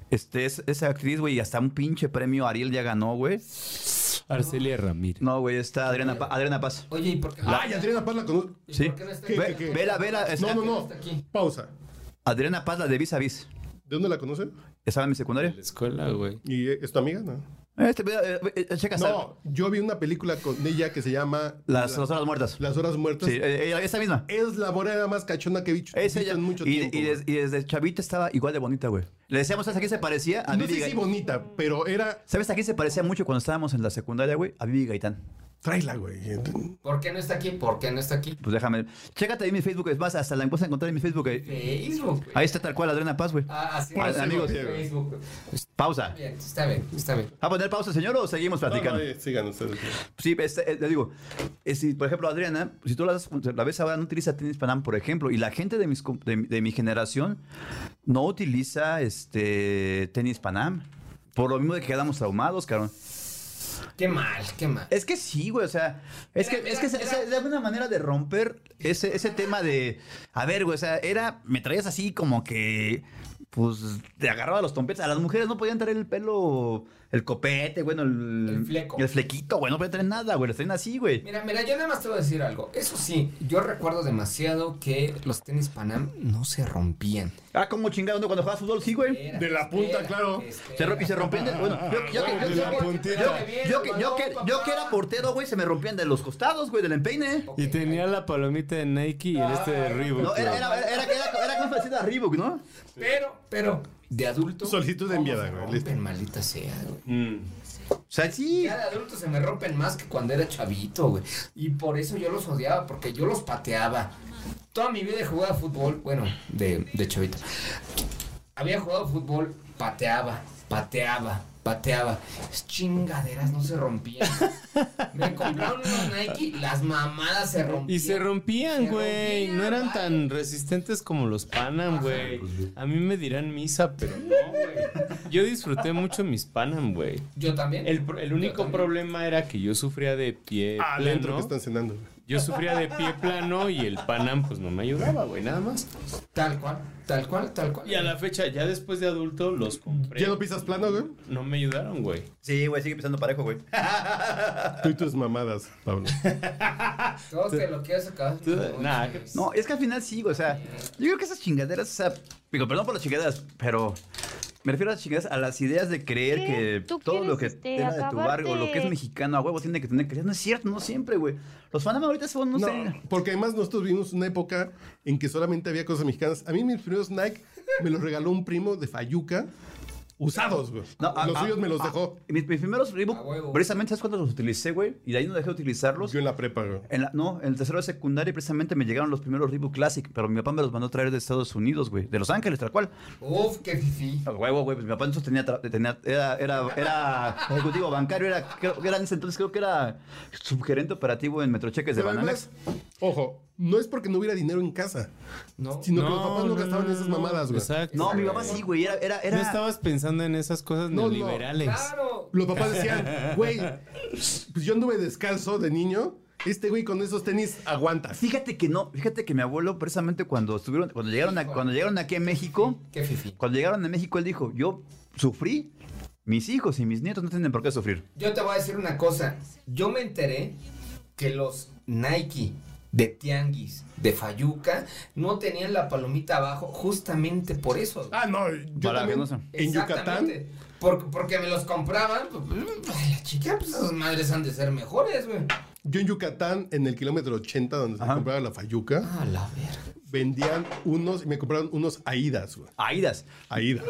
este, es, esa actriz, güey, y hasta un pinche premio Ariel ya ganó, güey.
Arcelia Ramírez.
No, güey, está Adriana, Pa- Adriana Paz.
Oye, ¿y por qué?
Ay, Adriana Paz la conozco.
¿Y
Sí.
por qué no está
¿Qué,
aquí?
Ve-
qué, qué?
Vela, vela, está-
No, no, no. Pausa.
Adriana Paz, la de Vis a Vis.
¿De dónde la conoce?
Estaba en mi secundaria.
La escuela, güey.
¿Y eh, es tu amiga? No.
Este, eh, eh, eh, checa, está-
No, yo vi una película con ella que se llama
las, las horas muertas.
Las Horas Muertas.
Sí, eh, eh, esa misma.
Es la morena más cachona que he visto
Es
visto
ella.
en mucho
y,
tiempo.
y des-
güey.
y desde chavita estaba igual de bonita, güey. Le decíamos, ¿sabes a quién se parecía? A
no
Vivi
sé si
Gaitán.
bonita, pero era...
¿Sabes a quién se parecía mucho cuando estábamos en la secundaria, güey? A Vivi Gaitán.
Tráela, güey.
¿Por qué no está aquí? ¿Por qué no está aquí?
Pues déjame. Chécate ahí mi Facebook, es más, hasta la puedes encontrar en mi Facebook. eh.
Facebook, güey.
Ahí está tal cual Adriana Paz, güey.
Ah, así
Ah,
es,
amigos.
Facebook. güey.
Pausa.
Bien, está bien, está bien.
¿Va a poner pausa, señor, o seguimos platicando?
No, no, eh, sigan ustedes.
Sí, este, eh, le digo, eh, si, por ejemplo, Adriana, si tú la, das- la ves ahora, no utiliza tenis Panam, por ejemplo, y la gente de, mis, com- de, mi- de mi generación no utiliza este tenis Panam. Por lo mismo de que quedamos traumados, cabrón.
Qué mal, qué mal.
Es que sí, güey, o sea, es que,
Era-
es que
era-
se- se- de alguna manera de romper ese, ese tema de, a ver, güey, o sea, era, me traías así como que, pues, te agarraba los tompetes. A las mujeres no podían traer el pelo, el copete, bueno, el,
El fleco.
El flequito, güey, no podían traer nada, güey, les traen así, güey.
Mira, mira, yo nada más te voy a decir algo. Eso sí, yo recuerdo demasiado que los tenis Panam no se rompían.
Ah, como chingado, ¿no? Cuando jugabas fútbol, sí, güey.
Espera,
De la punta,
espera,
claro.
espera.
Se ro- y se rompían de, bueno, yo, yo, que- yo-
De la
yo-
puntita.
yo- yo que- yo que- yo que era portero, güey, se me rompían de los costados, güey, del empeine.
Y tenía la palomita de Nike y el este de Reebok.
No, era,
güey.
era, era, era, era, era más parecido a Reebok, ¿no?
Pero, pero, de adulto.
Solicitud
¿cómo
enviada,
se
güey,
rompen,
listo.
maldita sea, güey.
O sea, sí.
Ya de adulto se me rompen más que cuando era chavito, güey. Y por eso yo los odiaba, porque yo los pateaba. Toda mi vida he jugado a fútbol, bueno, de, de chavito. Había jugado a fútbol, pateaba, pateaba, pateaba. Esas chingaderas no se rompían. me compraron unos Nike, las mamadas se rompían.
Y se rompían,
Se
güey.
rompían,
No eran
vale.
tan resistentes como los Panam, güey. A mí me dirán misa, pero no, güey. Yo disfruté mucho mis Panam, güey.
Yo también.
El, pro- el
Yo
único
también.
problema era que yo sufría de pie
Adentro
plano.
que están cenando. güey.
Yo sufría de pie plano y el Panam pues no me ayudaba, güey, nada más.
Tal cual, tal cual, tal cual.
Y a la fecha, ya después de adulto, los compré.
¿Ya no pisas plano, güey?
No me ayudaron, güey.
Sí, güey, sigue pisando parejo, güey. [LAUGHS]
Tú y tus mamadas, Pablo.
Todos te lo quieres acabar.
Nada, que-
No, es que al final sí, güey, o sea, yo creo que esas chingaderas, o sea, digo, perdón por las chingaderas, pero me refiero a las chingaderas, a las ideas de creer
¿Qué?
que
¿Tú
todo lo que
quieres, este,
tema de tu barrio, lo que es
acabarte?
mexicano, a huevo, tiene que tener que No es cierto, no siempre, güey. Los fans ahorita son, [LAUGHS] no,
No,
sé.
porque además nosotros vivimos una época en que solamente había cosas mexicanas. A mí mis primeros Nike me los regaló un primo de Fayuca, usados, güey.
No, a-
los
a-
suyos me los
a-
dejó
Mis, mis primeros Reebok,
A huevo.
precisamente, ¿sabes cuántos los utilicé, güey? Y de ahí no dejé de utilizarlos.
yo en la prepa, güey.
En la- no, en el tercero de secundaria precisamente me llegaron los primeros Reebok Classic, pero mi papá me los mandó a traer de Estados Unidos, güey, de Los Ángeles, tal cual.
Uf, qué fifí.
A huevo, güey, pues mi papá entonces tenía, tra- tenía- era, era, era ejecutivo bancario, era, creo que era en ese entonces, creo que era subgerente operativo en Metrocheques de
Pero
Banamex.
además, ojo, no es porque no hubiera dinero en casa,
No.
sino que los papás no, gastaban en esas
no,
mamadas, güey.
Exacto.
No, mi papá sí, güey, era, era, era-
No estabas pensando en esas cosas
No, no.
neoliberales.
Claro.
Los
[LAUGHS]
papás decían, güey, pues yo anduve descalzo de niño, este güey con esos tenis aguantas.
Fíjate que no, fíjate que mi abuelo precisamente cuando estuvieron, cuando llegaron, a- cuando llegaron aquí a México,
Qué fifí.
cuando llegaron a México, él dijo, yo sufrí, mis hijos y mis nietos no tienen por qué sufrir.
Yo te voy a decir una cosa. Yo me enteré que los Nike de Tianguis, de Fayuca, no tenían la palomita abajo justamente por eso.
Ah, no, yo
Para que
también,
no se-
en Yucatán,
Exactamente. Por- porque me los compraban. pues, mm, ay, la chica, pues esas madres han de ser mejores, güey.
Yo en Yucatán, en el kilómetro 80, donde se compraba la fayuca,
A la verga.
vendían unos, y me compraron unos Aidas, güey.
Aidas.
Aidas.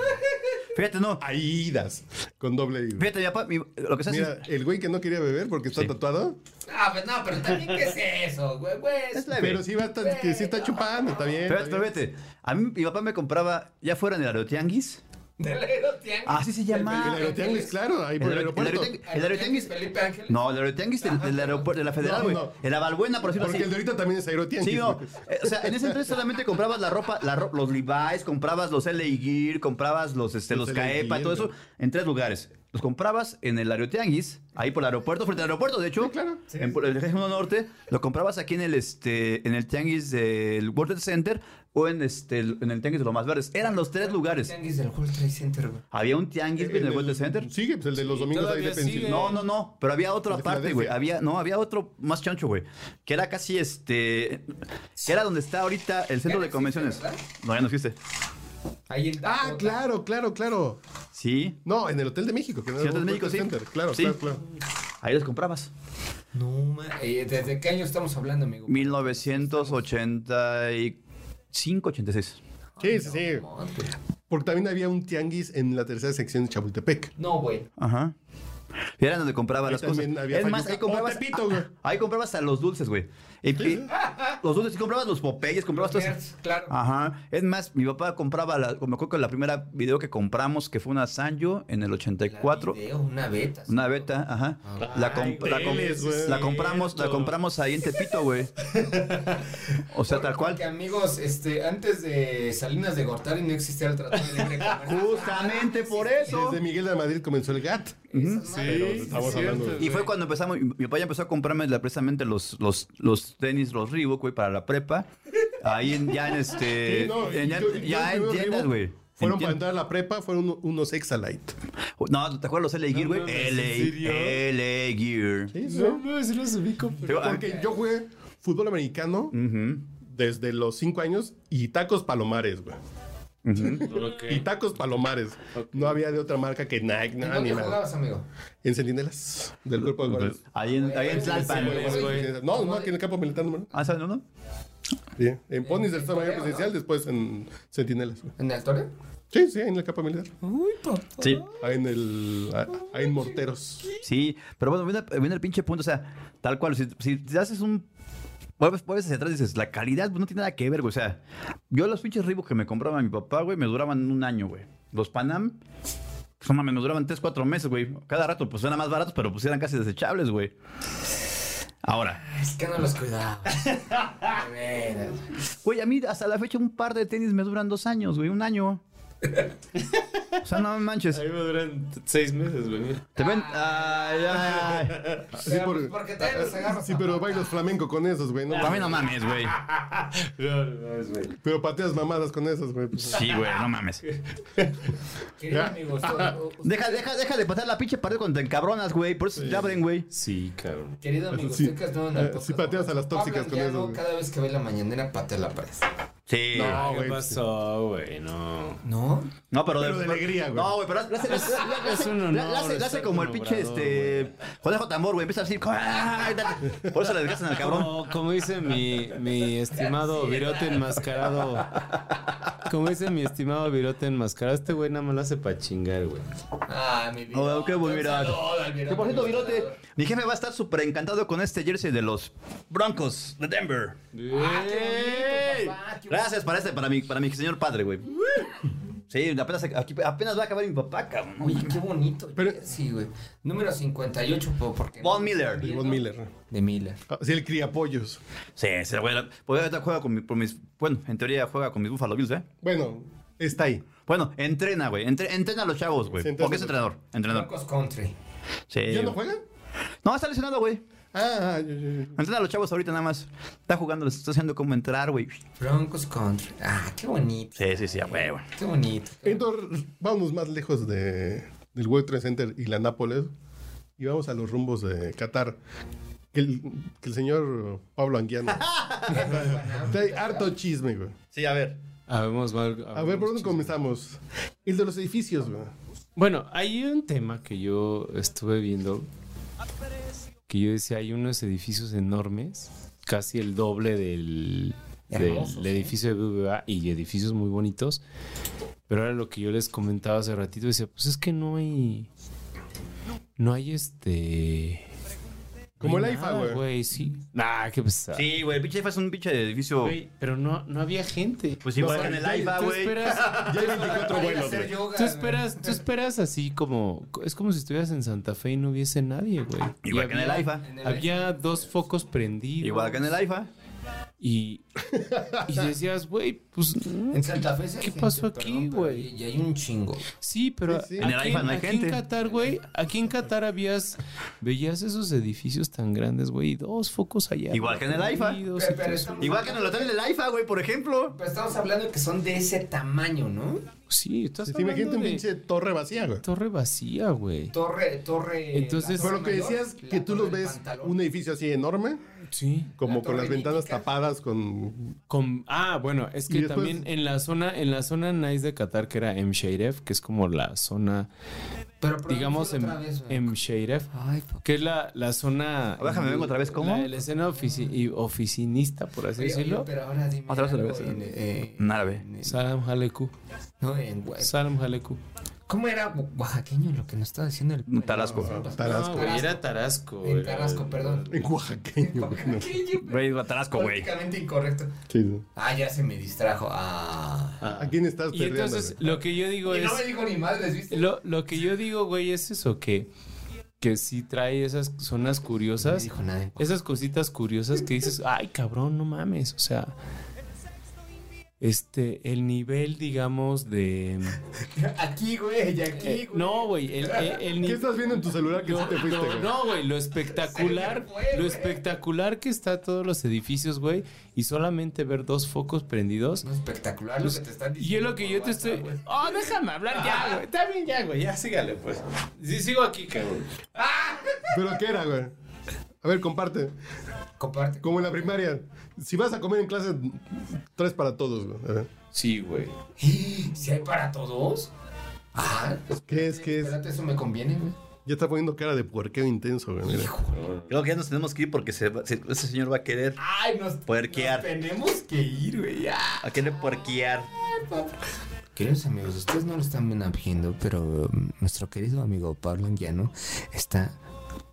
Fíjate, no.
Aidas. Con doble I. güey.
Fíjate, mi papá, mi- lo que se hace
Mira, el güey que no quería beber porque está tatuado,
Ah, pues no, pero también, ¿qué es eso, güey? güey?
es leve.
pero sí, va a estar- que sí está chupando, está bien.
Pero,
está
pero
bien.
vete, a mí mi papá me compraba, ya fuera en el aerotianguis.
Del aerotianguis.
Así se llama.
El aerotianguis, claro, ahí
El
por el
aero- el
aeropuerto.
aerotianguis- el aerotianguis.
Felipe Ángeles.
No, el aerotianguis del, del aeropuerto, de la federal,
No,
güey.
no.
El Avalbuena, por decirlo
Porque el
así.
de ahorita también es aerotianguis.
Sí, no.
güey.
Eh, O sea, en ese entonces solamente comprabas la ropa, la ro- los Levi's, comprabas los LA Gear, comprabas los, este,
Los
los,
LA
Caepa,
Gear,
todo eso,
güey.
en tres lugares. Los comprabas en el Aerotianguis, ahí por el aeropuerto, frente al aeropuerto, de hecho.
claro.
En por el eje 1 Norte, lo comprabas aquí en el, este, en el Tianguis del World Trade Center o en, este, el- en el Tianguis de los Más Verdes. Eran los tres lugares.
Tianguis del World Trade Center, güey.
Había un Tianguis güey, en el World Trade Center.
Sigue, pues el de los domingos ahí de
todavía
Pensilvania.
sigue.
No, no, no, pero había otro
Pues De
aparte, güey.
Filadelfia.
Había, no, había otro más chancho, güey. Que era casi este. Que era donde está ahorita el centro
no
de convenciones.
existe, ¿verdad?
No, ya no existe.
Ahí en
Ah,
Dakota.
claro, claro, claro.
Sí,
No, en el Hotel de México. Que no
Sí,
era
Hotel de
World
México,
Trade
sí.
Center. Claro,
Sí.
claro, claro.
ahí los comprabas.
No, ma- eh, ¿Desde qué año estamos hablando, amigo?
1985, 86.
Sí, sí, sí.
Monte.
Porque también había un tianguis en la tercera sección de Chapultepec.
No, güey.
Ajá. Y era donde compraba
Ahí
las cosas.
también había
es más,
fayuca.
ahí comprabas.
O Tepito, güey.
Ahí comprabas a los dulces, güey. Y- y- Los dulces, y comprabas los popeyes, comprabas todo eso.
Nerds, claro.
Ajá. Es más, mi papá compraba, la, me acuerdo que la primera video que compramos, que fue una Sanyo en el
La
84.
video, una beta. sí.
Una beta, ajá. La, comp- la, comp-
teles, güey.
la compramos, la compramos ahí en Tepito,
[LAUGHS]
güey. O sea, tal cual.
Porque, amigos, este, antes de Salinas de Gortari no existía el Tratado de Libre
[LAUGHS]
Comercio. Ah,
Justamente por eso.
Desde Miguel de Madrid comenzó el GAT.
Esas madres.
Pero estamos
es
Ah, hablando.
cierto.
Y fue cuando empezamos, mi mi papá ya empezó a comprarme la- precisamente los, los, los tenis, los Reebok, güey, para la prepa. Ahí en, ya
[LAUGHS]
en este,
Sí, no,
en- ya,
yo- yo
ya
el
en
primero
tiendas,
que
güey.
Fueron
En
para
tiendas.
entrar a la prepa, fueron unos Exalite.
No, ¿te acuerdas los LA Gear,
No
güey?
mames, ¿en serio?
LA, LA Gear.
Sí, sí.
No, no, se los ubico.
Pero-
Porque yo ah, jugué fútbol americano
Ujú.
desde los 5 años y tacos palomares, güey. Y tacos palomares. No había de otra marca que Nike,
¿En
nada, ni
dónde
nada.
jugabas, amigo?
En Centinelas, del cuerpo de guardias.
Ahí en, ahí en Tlalpan, pues, güey.
Cuerpo de Guardias. No, no, aquí en el campo militar número.
Ah, ¿sabes, no, no?
Sí, en Ponis del Estado Mayor
Toreo,
Presidencial, después en Centinelas. güey.
¿En el Toreo?
Sí, sí, ahí en el campo militar.
Sí.
Ahí en el. ah, Ahí en Morteros.
Sí, pero bueno, viene, viene el pinche punto, o sea, tal cual, si, si te haces un... Vuelves, vuelves hacia atrás y dices, la calidad pues, no tiene nada que ver, güey. O sea, yo los pinches ribos que me compraba mi papá, güey, me duraban un año, güey. Los Panam, pues, no mames, me duraban 3, 4 meses, güey. Cada rato, pues eran más baratos, pero pues eran casi desechables, güey. Ahora,
Ah, Es que no
[LAUGHS]
los cuidaba. De veras.
güey, a mí hasta la fecha un par de tenis me duran dos años, güey, un año. O sea, no manches.
A mí me duran seis meses, güey. mira.
Te ven. Ay, ay, ay.
Ah, Sí,
Pero,
por- ah,
pues, porque
Ah,
te los agarras
sí, pero bailas flamenco con esos, güey. No,
También no mames, güey.
No, no, es, güey.
Pero pateas mamadas con esas, güey. pues.
Sí, güey, no mames.
Querido
Ya. [LAUGHS]
amigo, usted- u-
Pues,
eh.
Deja, deja, deja de pasar la pinche pared cuando te encabronas, güey. Por eso ya abren, güey.
Sí, cabrón.
Querido amigo,
Sí.
usted que es nuevo en
Eh,
el podcast,
sí pateas a las
Pablo
tóxicas con
Andiano,
eso, güey.
Cada vez que ve la mañanera, patea la pared.
Sí. No,
No,
¿Qué
güey.
pasó, güey? No.
¿No?
pero,
Pero de alegría, güey.
No, güey, pero le hace, le hace- le hace-
Es un honor
le hace- le hace
estar
como
con
el pinche
Obrador,
este. Conejo tambor, güey. Empieza a decir. "Ah", y tal. Por eso le desgastan al cabrón.
Como, como dice mi, mi estimado virote enmascarado. Como dice mi estimado virote enmascarado, este güey nada más lo hace para chingar, güey.
Ah, mi vida.
Oh, qué buen virote. Que por cierto, virote, mi jefe va a estar súper encantado con este jersey de los Broncos de Denver. Ah,
qué bonito, papá, qué
Gracias para este, para mi, para mi señor padre, güey. Sí, apenas, aquí- apenas va a acabar mi papá, cabrón.
Oye, qué bonito.
Pero-
sí, güey. Número 58, po- porque.
Von Miller.
De Von Miller.
De Miller.
Ah, Sí, el criapollos.
Sí, ese güey. la- Pues ahorita juega con, mi- con mis. Bueno, en teoría juega con mis Buffalo Bills, ¿eh?
Bueno, está ahí.
Bueno, entrena, güey. entre- entrena a los chavos, güey.
Sí, entrena.
Porque es entrenador. Entrenador.
Broncos Country.
Sí.
¿Ya no
güey.
juega?
No, está lesionado, güey.
Ah, ah, yo, yo, yo.
Entrena a los chavos ahorita nada más. Está jugando, les está haciendo cómo entrar, güey.
Broncos Country. Ah, qué bonito.
Sí, sí, sí, a huevo.
Qué bonito.
Entonces, vamos más lejos de, del World Trade Center y la Nápoles y vamos a los rumbos de Qatar. Que el, que el señor Pablo Anguiano. Hay harto chisme, güey.
Sí, a ver.
Habemos mal.
A ver, ¿por dónde comenzamos? El de los edificios, güey.
Bueno, hay un tema que yo estuve viendo que yo decía, hay unos edificios enormes, casi el doble del, del
Hermosos, ¿eh?
edificio de BBVA y edificios muy bonitos. Pero era lo que yo les comentaba hace ratito, decía, pues es que no hay... No hay este...
Como
no hay
el AIFA,
nada,
güey.
sí. Nah, qué pesado.
Sí, güey, el pinche IFA es un pinche edificio.
Güey, pero no, no había gente.
Pues igual
No,
que en
ya-
el IFA,
Tú
güey.
esperas,
Ya hay 24 vuelos, güey.
tú esperas, tú esperas así como... Es como si estuvieras en Santa Fe y no hubiese nadie, güey.
Igual que en el
había-
IFA.
Había dos focos prendidos.
Igual que en el IFA.
Y, y decías, güey, pues. mm,
En Santa Fe sí hay
¿Qué
gente,
pasó
perdón,
aquí,
pero
güey?
Y y hay un chingo.
Sí, pero
Sí, sí.
En el
aquí,
iPhone no hay
aquí
gente.
en Qatar, güey, aquí en Qatar habías, veías esos edificios tan grandes, güey, y dos focos allá.
Igual que en el iPhone.
prendidos y
Pero-
todo
pero
eso.
estamos-
Igual que en el hotel del IFA, güey, por ejemplo.
Pero estamos hablando que son de ese tamaño, ¿no?
Sí, estás
Sí,
hablando
imagínate un
de
pinche torre vacía, güey.
torre vacía, güey.
Torre, torre.
Entonces-
la
Pero
torre
lo que
mayor,
decías
la
que tú
torre
los
del
ves
pantalón.
un edificio así enorme,
Sí.
como
La
con las
torre
ventanas
mítica.
tapadas con
Con, ah, bueno, es que
Y después-
también en la zona, en la zona nice de Qatar, que era Msheiref, que es como la zona,
Pero pronúncialo
digamos,
otra
em-
vez, güey.
Msheiref,
Ay, papá.
que es la, la zona.
Déjame, vengo otra vez, ¿cómo?
La, la escena ofici- y oficinista, por así
Oye, oye,
decirlo.
pero ahora dime.
Otra vez, otra
algo
vez.
en, eh,
En árabe.
en-
Salam Haleku.
no, en güey.
Salam Haleku.
¿Cómo era o- oaxaqueño lo que nos estaba diciendo el. el-
Tarasco.
No,
tarasco.
güey, era Tarasco.
En
güey.
Tarasco, perdón.
En oaxaqueño, güey.
[LAUGHS]
no.
Oaxaqueño,
Güey, Guatarasco, güey.
Políticamente incorrecto.
Sí, sí.
Ah, ya se me distrajo. Ah.
Ah.
¿A quién estás
Y
perdiendo?
entonces,
güey?
lo que yo digo
Y
es.
no me
Pues
dijo ni madres, ¿viste?
Lo, lo que yo digo, güey, es eso, que, que sí trae esas zonas
No me
curiosas.
dijo nada. en cu-
Esas cositas curiosas que dices, ay, cabrón, no mames. O sea. Este, el nivel, digamos, de.
[LAUGHS] Aquí, güey, y aquí,
eh,
güey.
no, güey, el, el, el
¿Qué
ni-
estás viendo en tu celular que sí te fuiste,
Lo-
güey?
No, güey, lo espectacular,
Se me fue,
lo
güey.
espectacular que está todos los edificios, güey, y solamente ver dos focos prendidos.
No es espectacular lo que te están
Y es
diciendo.
lo que Pues, yo te estoy.
güey.
Oh, déjame hablar ya, güey. Está bien, ya, güey. Ya, sígale, pues. Sí, sigo aquí, cabrón.
¿Pero qué era, güey? A ver, comparte.
Comparte. [GASPS]
Como en la primaria. Si vas a comer en clase, tres para todos, güey. A ver.
Sí, güey.
¿Si hay para todos? Ah,
¿Qué es? ¿Qué es?
espérate, eso me conviene, güey.
Ya está poniendo cara de puerqueo intenso, güey. mira.
Creo que ya nos tenemos que ir porque se va- se- ese señor va a querer
Ay, nos,
Puerquear.
nos tenemos que ir, güey. ya.
a querer puerquear.
Queridos amigos, ustedes no lo están viendo, pero um, nuestro querido amigo Pablo Anguiano está,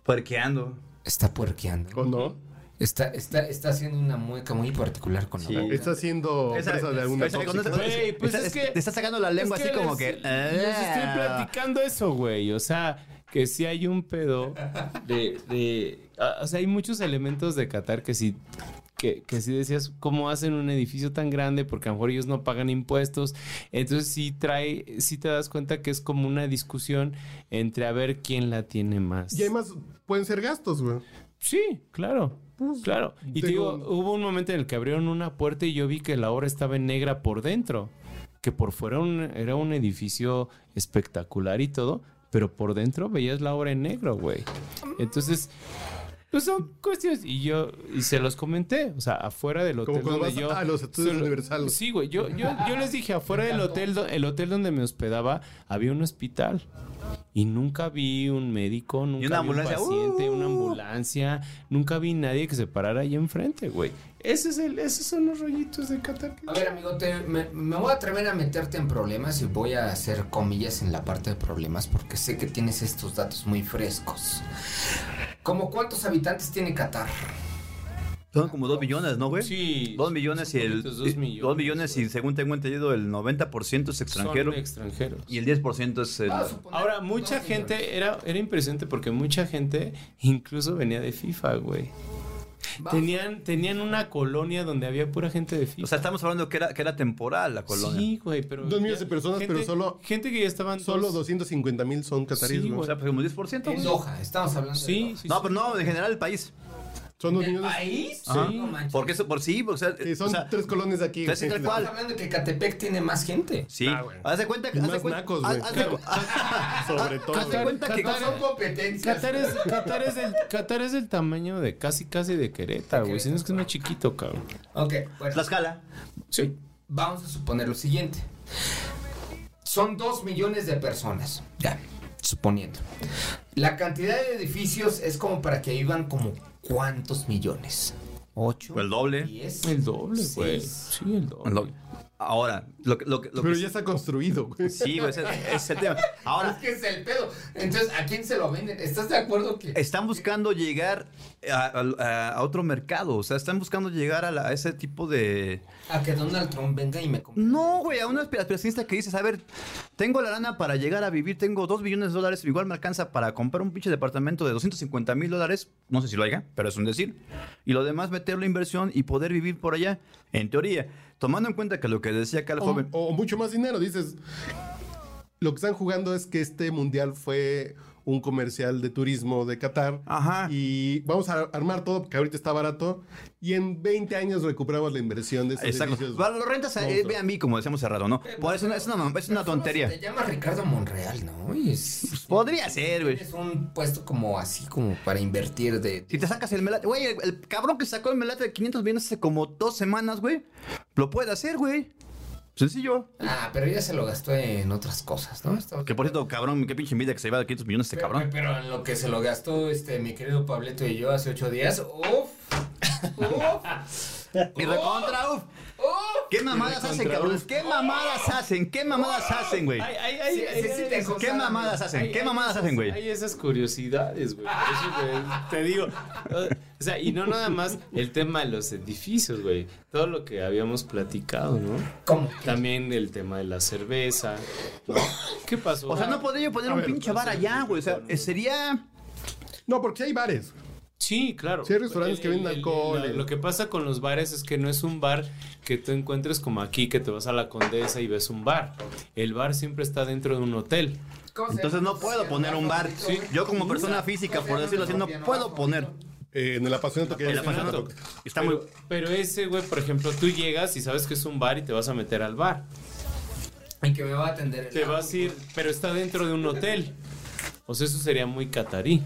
Puerqueando.
está puerqueando.
¿O no?
Está, está, está haciendo una mueca muy particular con
Sí.
la boca.
Está haciendo
Esa-
presa de alguna
esa-
tóxica.
cuando-
Güey, pues
Está-
es que-
Te está sacando la lengua
Es
así como que. "Ah".
les- Les estoy platicando eso, güey. O sea, que sí hay un pedo de. de- ah, o sea, hay muchos elementos de Qatar que sí. Que, que sí decías, ¿cómo hacen un edificio tan grande? Porque a lo mejor ellos no pagan impuestos. Entonces sí trae, sí te das cuenta que es como una discusión entre a ver quién la tiene más.
Y además pueden ser gastos, güey.
Sí, claro. Claro. Y te
tengo-
digo, hubo un momento en el que abrieron una puerta y yo vi que la obra estaba en negra por dentro. Que por fuera un- era un edificio espectacular y todo, pero por dentro veías la obra en negro, güey. Entonces, pues son cuestiones. Y yo, y se los comenté, o sea, afuera del hotel
Como cuando
donde
vas
yo.
a los estudios
solo-
universales.
Sí, güey. Yo, yo, yo les dije, afuera del hotel, do- el hotel donde me hospedaba, había un hospital. Y nunca vi un médico, nunca
una
vi un
ambulancia,
paciente, una
¡uh!
ambulancia, nunca vi nadie que se parara ahí enfrente, güey. Ese es el, esos son los rollitos de Qatar. que-
A ver, amigo, te- me, me voy a atrever a meterte en problemas y voy a hacer comillas en la parte de problemas porque sé que tienes estos datos muy frescos. ¿Cómo cuántos habitantes tiene Qatar?
Son como dos millones, ¿no, güey?
Sí.
Dos millones y
son
el.
poquitos, dos millones,
dos millones y
güey.
según tengo entendido, el 90% es
Son Ah,
extranjero
extranjeros.
y el 10% es. el-
Vamos a suponer
Ahora,
dos
mucha
millones.
gente, era, era impresionante porque mucha gente incluso venía de FIFA, güey.
Vamos.
Tenían, tenían una colonia donde había pura gente de FIFA.
O sea, estamos hablando que era, que era temporal la colonia.
Sí, güey, pero.
Dos millones
ya-
de personas, pero solo-
Gente que ya estaban.
Solo
dos-
250 mil son cataríes,
Sí,
güey.
O sea, pues como 10%. güey.
En Doha, estamos hablando de
Sí,
Doha.
sí.
No,
sí.
pero no, en general el país.
Son dos
¿Del
millones.
país?
Ajá.
No manches.
Porque eso, por sí, o sea.
Sí, son
o sea,
tres colonias de aquí.
tres y
güey.
tal cual.
Ah,
Estamos hablando que Catepec tiene más gente.
Sí. haz de cuenta que.
Y
haz de
más
cuenta-
nacos,
haz-
güey.
haz de cu-
[LAUGHS] Sobre todo.
haz de
güey.
cuenta que.
No son competencias.
Qatar es, Qatar es del, Qatar es del tamaño de casi, casi de Querétaro, güey. Si no es que es más chiquito, cabrón.
Ok, bueno.
Tlaxcala.
Sí. Vamos a suponer lo siguiente. Son dos millones de personas. Ya, suponiendo. La cantidad de edificios es como para que vivan como cuántos millones. ¿Ocho?
Pues El doble. pues.
¿Diez?
El doble, güey.
seis.
Sí, el doble.
El doble. Ahora, lo, que- lo, que- lo
Pero
que-
ya está construido, güey.
Sí, güey, ese, ese es el tema.
Es
Ahora,
que es el pedo. Entonces, ¿a quién se lo venden? ¿Estás de acuerdo que
están buscando llegar a, a- a otro mercado. O sea, están buscando llegar a, la- a ese tipo de.
a que Donald Trump venga y me compre?
No, güey, a un aspi- aspiracionista que dices, a ver, tengo la lana para llegar a vivir, tengo 2 billones de dólares, igual me alcanza para comprar un pinche departamento de 250 mil dólares, no sé si lo haya, pero es un decir, y lo demás meterlo en inversión y poder vivir por allá, en teoría, tomando en cuenta que lo que decía acá el
O,
joven...
o mucho más dinero, dices. Lo que están jugando es que este mundial fue un comercial de turismo de Qatar.
Ajá.
Y vamos a armar todo porque ahorita está barato. Y en 20 años recuperamos la inversión de esos
Exacto.
edificios.
Va, Lo rentas a, eh,
Monstruo.
ve a mí, como decíamos hace rato, ¿no? Por eso no- es una, es una tontería.
Se llama Ricardo Monreal, ¿no? Y es,
Podría ser, güey.
es un puesto como así, como para invertir de...
Si te sacas el melate, güey, el, el cabrón que sacó el melate de 500 millones hace como dos semanas, güey, lo puede hacer, güey. Sencillo.
Ah, pero ya se lo gastó en otras cosas, ¿no? Estamos-
Que por cierto, cabrón, qué pinche envidia que se lleva de 500 millones este
Pero-
cabrón.
Pero en lo que se lo gastó este mi querido Pableto y yo hace ocho días.
[LAUGHS]
¡Uf! ¡Uf!
Y recontra, uf.
¡Uf!
¿Qué mamadas hacen, cabrones? ¿Qué mamadas hacen? ¿Qué mamadas hacen, güey?
Ay, ay,
Sí,
ay,
sí,
ay,
sí,
ay,
te
ay,
contaron.
¿Qué mamadas hacen? ¿Qué mamadas hacen, güey?
Hay esas curiosidades, güey. Por eso, güey, Te digo. O sea, y no nada más el tema de los edificios, güey. Todo lo que habíamos platicado, ¿no?
¿Cómo?
También el tema de la cerveza. ¿no? ¿Qué pasó?
O sea, no podría yo poner
A
un
ver,
pinche bar allá, güey. O sea, eh, sería.
No, porque sí hay bares.
Sí, claro.
Sí, hay restaurantes que venden alcohol, eh.
la-
el-
Lo que pasa con los bares es que no es un bar que tú encuentres como aquí, que te vas a la condesa y ves un bar. El bar siempre está dentro de un hotel.
¿Cómo se
Entonces
llama?
no puedo poner un bar.
Sí.
Yo como persona física, por decirlo así, no puedo poner.
Eh, en el apasionante que
El
hay.
apasionado. Está muy.
Pero, pero ese, güey, por ejemplo, tú llegas y sabes que es un bar y te vas a meter al bar.
El que me va a atender. el-
Te vas a ir, pero está dentro de un hotel. O sea, eso sería muy catarí.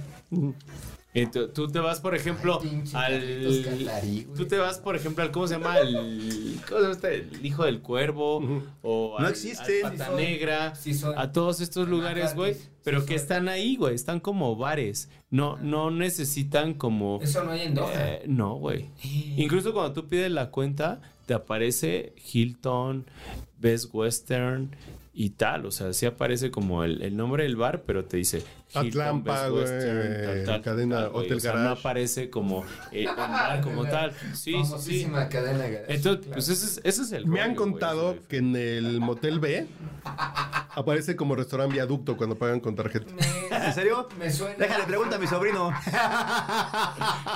Ento- tú te vas, por ejemplo,
Ay, pinche
al.
carritos catarí, güey.
tú te vas, por ejemplo, al. ¿Cómo se llama? El, ¿Cómo se llama este? El hijo del cuervo. O
No
al-
existen.
al Pata
Sí soy.
Negra.
Sí soy.
a todos estos lugares, güey.
Anacratis.
Pero
Sí
que
soy.
están ahí, güey. Están como bares. No, no necesitan como.
Eso no hay en Doha.
Eh, no, güey. Incluso cuando tú pides la cuenta, te aparece Hilton, Best Western y tal. O sea, sí aparece como el, el nombre del bar, pero te dice Hilton,
Atlampa, güey, cadena
güey.
Hotel
O sea, no
Garage.
aparece como eh, el bar como tal. Sí, sí, sí.
Famosísima cadena. de garage.
Entonces, pues ese es, ese es el
Me
rollo,
han
güey,
contado
ese es el-
que en el motel B aparece como restaurante viaducto cuando pagan con tarjeta.
[LAUGHS] ¿En
[LAUGHS]
serio?
Me suena.
Déjale, pregunta a mi
[LAUGHS]
sobrino.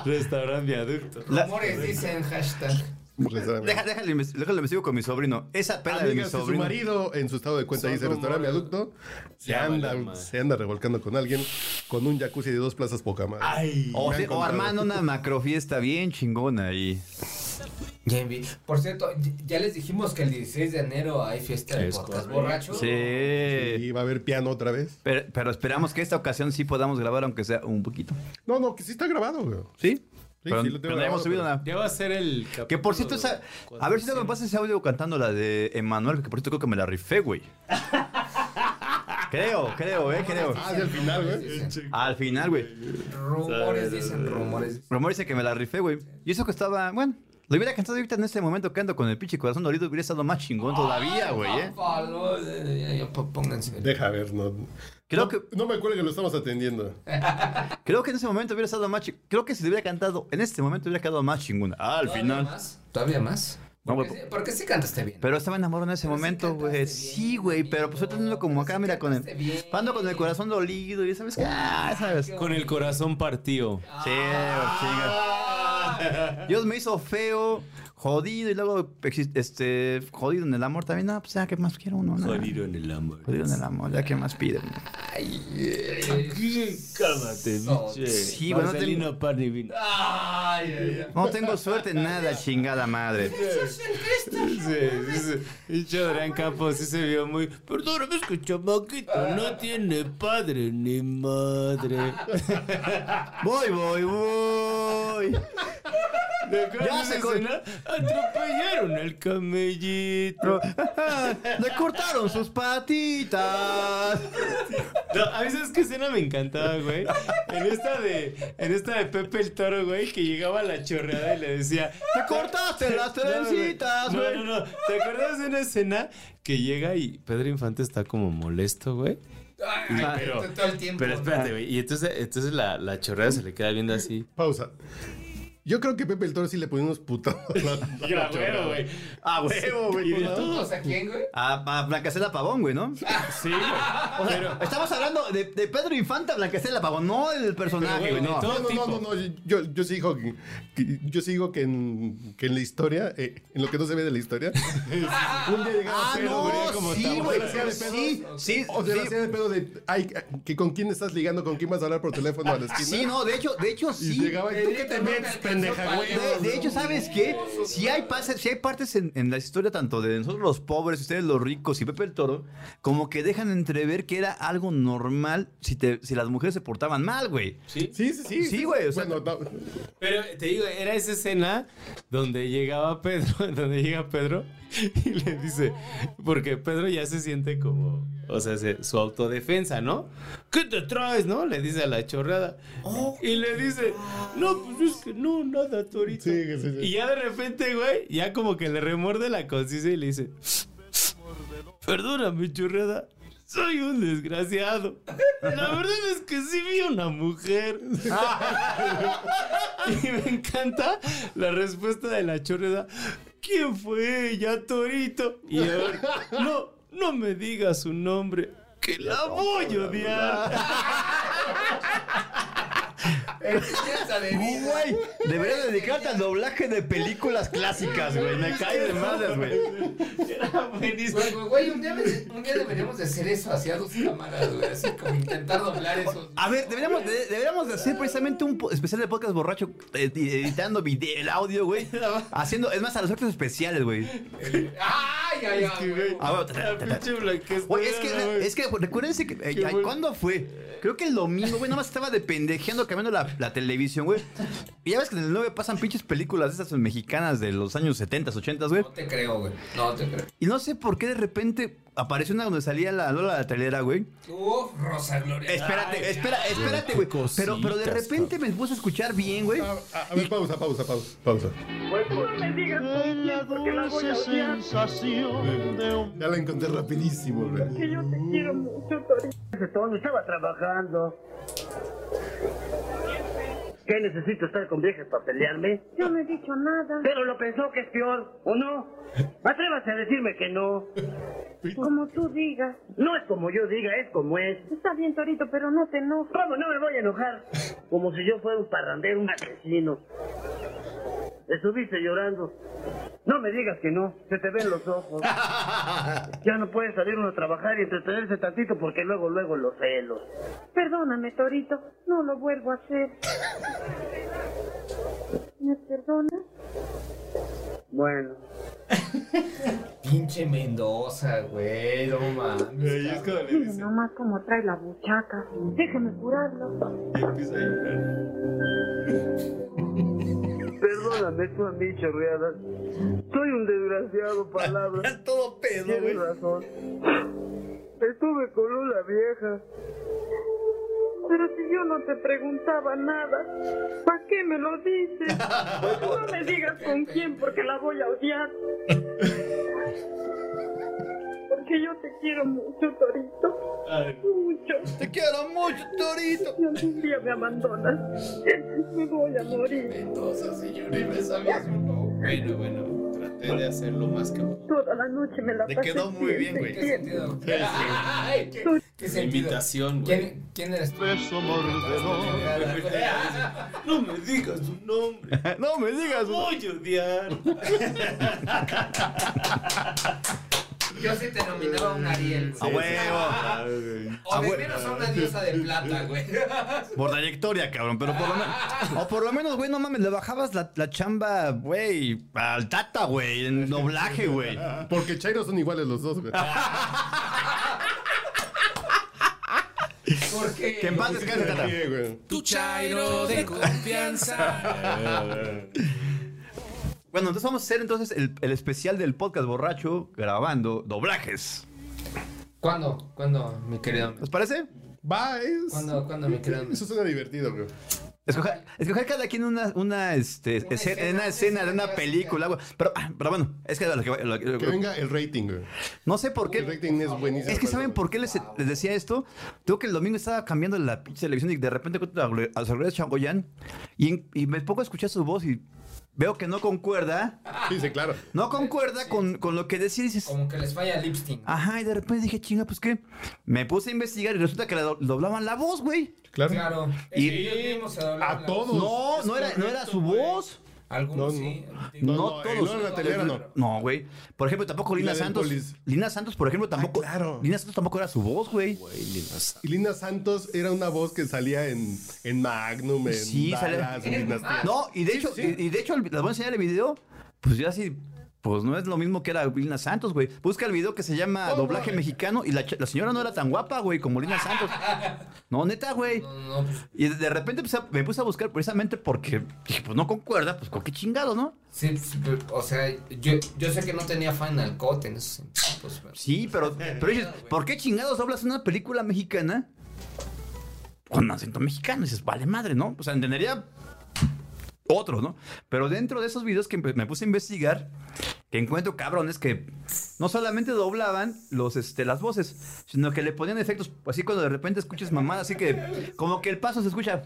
Restaurante viaducto.
La-
Rumores dicen hashtag.
Restaurante
Deja-
viaducto.
Déjale, me- déjale, me sigo con mi sobrino. Esa peda de mi
Amigas, si su
sobrino.
marido en su estado de cuenta
Son
dice restaurante
rumores.
viaducto, se
Ya valió
anda,
madre.
se anda revolcando con alguien con un jacuzzi de dos plazas poca madre.
O,
Me han
Oh, sí, o
contado.
armando una macrofiesta bien chingona y
Ya envi- Por cierto, y- ya les dijimos que el 16 de enero hay fiesta de
Es
podcast
correcto.
Oh,
borracho.
Sí.
Y va a haber piano otra vez.
Pero, pero esperamos que esta ocasión sí podamos grabar, aunque sea un poquito.
No, no, que sí está grabado, güey.
¿Sí? pero
sí lo tengo
pero no
grabado,
hemos subido
pero-
nada.
Ya va a ser el
Que por cierto,
capítulo
esa, a ver si no me pasa ese audio cantando la de Emanuel, que por cierto creo que me la rifé, güey. [LAUGHS] creo, creo, eh, creo.
Ah, sí, al final, güey.
Dicen,
Al final, güey.
Rumores dicen rumores.
Romero dice que me la rifé, güey. Y eso que estaba, bueno, lo hubiera cantado ahorita en este momento que ando con el pinche corazón dolido, hubiera estado más chingón todavía, güey, eh.
Papá, lo- ya, ya, pa- pónganse.
Deja ver, no.
Creo
no,
que,
no me acuerdo que lo estamos atendiendo.
creo que en ese momento hubiera estado más chi- Creo que si lo hubiera cantado en este momento hubiera quedado más chingona. Al
¿Todavía
final.
más? ¿Todavía más?
No,
Porque,
güey,
sí- porque sí cantaste bien.
Pero estaba enamorado en ese
Pero sí
momento,
cantaste
güey.
bien,
Sí, güey, pero pues yo teniendo como
pero
acá,
sí
mira, con el.
cantaste bien.
Ando con el corazón dolido y sabes qué. Ah, sabes. Sí,
Con el corazón partido.
Ah, güey,
Ah.
chinga. Dios me hizo feo, jodido y luego exi- este jodido en el amor también. No, pues ya, ¿qué más quiero uno? Nah.
Jodido en el amor.
Jodido en el amor, ya, ¿qué más piden?
Ay, eh,
Cálmate,
No,
biche.
sí, bueno, Ah.
Marcelino pan y vino.
ay, ay, ay.
No tengo suerte en nada, chingada madre.
Sí, sí, sí. Y Chodrán Campos sí se vio muy. Perdóname, es que chamaquito no tiene padre ni
[LAUGHS]
madre.
Voy, voy, voy.
¿De acuerdo
Ya
a
se
esa
con-
escena? Atropellaron al camellito.
Le cortaron sus patitas.
No, a veces que escena me encantaba, güey. En esta de, en esta de Pepe el Toro, güey, que llegaba a la chorreada y le decía,
¡Te cortaste
[LAUGHS]
las trencitas, güey!
No, no, no. ¿Te acuerdas de una escena que llega y Pedro Infante está como molesto, güey?
Ay,
pero-
todo el tiempo.
Pero espérate, güey. Y entonces, entonces la, la chorreada se le queda viendo así.
Pausa. Yo creo que Pepe el Toro sí le pusimos puta.
[LAUGHS]
Ah, huevo, Ah, güey.
¡A huevo,
Y de
güey!
¿Todos a quién, güey?
A, a Blancaela Pavón, güey, ¿no?
Sí, güey.
O sea, estamos hablando de, de Pedro Infante a Blancaela Pavón, no el personaje,
Pero,
güey,
güey,
no.
de todo-
No, no, no, no, no, Yo, yo sigo, que, que- yo sigo que, en, que en la historia, eh, en lo que no se ve de
[LAUGHS]
la historia, un día llegaba
Ah,
Pedro, venía
no,
como
sí,
tabú,
güey.
se hacía de pedo,
Sí, sí,
O sea,
sí.
la hacía de pedo de, ay, que con quién estás ligando, con quién vas a hablar por teléfono a la esquina.
Sí, no, de hecho, de hecho,
Y
sí. Eh,
llegaba, ¿tú qué te metes, pendeja, güey?
De, de hecho, ¿sabes qué? Si hay, pase- si hay partes en, en la historia tanto de nosotros los pobres, ustedes los ricos y Pepe el Toro, como que dejan entrever que era algo normal si, te, si las mujeres se portaban mal, güey.
Sí.
Sí, sí, sí.
Sí, güey, o sea-
bueno, no,
Pero te digo, era esa escena donde llegaba Pedro, [LAUGHS] donde llega Pedro y le dice, porque Pedro ya se siente como, o sea, se- su autodefensa, ¿no? ¿Qué te traes, no? Le dice a la chorrada. y le dice, no, pues es que no, nada, Torito.
Sí, sí, sí.
Y ya de repente, güey, ya como que le remorde la conciencia y le dice, perdóname, chorrada. Soy un desgraciado. [LAUGHS] La verdad es que sí vi
[LAUGHS]
una mujer. [LAUGHS] Y me encanta la respuesta de la chorreda. ¿Quién fue ella, Torito? Y él, no, no me digas su nombre, que la voy a odiar. [LAUGHS]
eh,
Güey, deberías dedicarte al doblaje de películas clásicas, güey. Me cae de madres, güey.
Era buenísimo.
Güey, güey, güey, un día, un día deberíamos de hacer eso hacia dos cámaras, güey. Así como intentar doblar eso.
A ver, deberíamos de, deberíamos de hacer precisamente un po- especial de podcast borracho eh, editando video, el audio, güey. Haciendo, es más, a los efectos especiales, güey.
¡Ay, ay,
Es que,
ay!
güey,
güey.
Ah, bueno, ta,
la
ta, ta, ta.
pinche blanquez-
Oye, es
güey.
que, es que recuérdense que. eh, ya,
bueno.
¿Cuándo fue? Creo que el domingo, güey, nada más estaba de pendejeando cambiando la, la televisión, güey. Y ya ves que en el 9 pasan pinches películas de esas mexicanas de los años 70, 80, güey.
No te creo, güey. No te creo.
Y no sé por qué de repente apareció una donde salía la Lola la telera, güey.
Uf, Rosa Gloria.
Espérate, espera, espérate, güey.
cositas,
Pero, pero de repente me puse a escuchar bien, güey.
a, a- a ver, pausa, pausa, pausa, pausa.
La dulce sensación de un
Ya la encontré rapidísimo, güey.
estaba trabajando. ¿Qué necesito estar con viejas para pelearme?
Yo no he dicho nada.
Pero lo pensó que es peor, ¿o no? Atrévase a decirme que no.
Pues Como tú digas.
No es como yo diga, es como es.
Está bien, Torito, pero no te enojes.
¿Cómo no me voy a enojar? Como si yo fuera un parrandero, un asesino. Estuviste llorando. No me digas que no, se te ven los ojos. Ya no puede salir uno a trabajar y entretenerse tantito porque luego, luego los celos.
Perdóname, Torito. No lo vuelvo a hacer. ¿Me perdonas?
Bueno.
Pinche Mendoza, güey. No mames.
Güey, es como le dice,
Nomás como trae la buchaca. Déjame curarlo.
y empieza a llorar.
Perdóname tú a mí, chorreadas. Soy un desgraciado, palabras.
Es todo pedo,
Tienes razón. Estuve con una vieja.
Pero si yo no te preguntaba nada, ¿para qué me lo dices? Pues No me digas con quién, porque la voy a odiar. Porque yo te quiero mucho, Torito. Mucho.
Te quiero mucho, Torito.
Si algún día me abandonas, me voy a morir.
Mendoza, señor, y me sabía su nombre. Bueno, bueno, traté de hacerlo más que
Toda la noche me la
Te
pasé
quedó muy bien, güey.
¿Qué sentido? Ay, ¿Qué, qué sentido?
Imitación, güey.
¿Quién, ¿Quién eres tú?
beso mordedor.
[LAUGHS] No me digas su nombre.
[LAUGHS] No me digas, güey.
Voy a odiar.
Yo sí te nominaba a un Ariel,
A
güey.
huevo.
O
A
de
hue-
menos a una diosa de plata,
[LAUGHS]
güey.
Por trayectoria, cabrón, pero por lo [LAUGHS] menos. O por lo menos, güey, no mames, le bajabas la, la chamba, güey, al tata, güey, en doblaje, güey.
Porque Chairo son iguales los
[LAUGHS]
dos, güey.
Porque.
Que en paz descanse, tata.
Sí, güey.
Tu chairo de confianza.
Bueno, entonces vamos a hacer entonces el, el especial del podcast borracho grabando doblajes.
¿Cuándo? ¿Cuándo, mi querido?
¿Les parece?
Va, es.
Cuando- cuando me quedan-
Eso suena divertido, güey.
Escoger, escoger cada quien una, una, este, escena, una escena de una película. algo. Pero, ah, pero bueno, es que, lo que, lo- lo-
Que venga el rating, güey.
No sé por qué. El
rating es buenísimo.
Es que ¿saben por qué les, les decía esto? Tengo que el domingo estaba cambiando la pinche selección y de repente encuentro a Gloria- a Gloria Changoyán y, en- y me pongo a escuchar su voz y veo que no concuerda.
Dice, claro.
No concuerda con, con lo que decía. Dices,
Como que les falla lipstick.
Ajá, y de repente dije, chinga, pues qué. Me puse a investigar y resulta que le do- doblaban la voz, güey.
Claro.
Claro.
Y-
Ellos mismos se doblaban la
A todos. No,
voz.
no era, no era su voz.
Algunos sí.
No,
No, no,
todos.
no, en la telera no.
No, güey. Por ejemplo, tampoco
Y
Lina
la del
Santos.
polis. Ah,
Lina Santos, por ejemplo, tampoco. Lina Santos tampoco era su voz, güey.
Y Lina Santos era una voz que salía en, en Magnum, en
Sí, sale-
Dallas, en Dinastía.
No, y de hecho, Y, y de hecho, les voy a enseñar el video. Pues ya así. Pues no es lo mismo que era Lina Santos, güey. Busca el video que se llama Doblaje Mexicano y la, ch- la señora no era tan guapa, güey, como Lina Santos. No, neta, güey. Y de- de repente pues, me puse a buscar precisamente porque dije, pues no concuerda, pues con qué chingado, ¿no?
Sí, pues, pero, o sea, yo, yo sé que no tenía Final Cut en esos tiempos. pero-
Sí, pero, pero dices, ¿por qué chingados doblas una película mexicana con acento mexicano? Y dices, vale madre, ¿no? O sea, entendería otro, ¿no? Pero dentro de esos videos que me puse a investigar, que encuentro cabrones que no solamente doblaban los, este, las voces, sino que le ponían efectos, así cuando de repente escuchas mamada, así que como que el paso se escucha.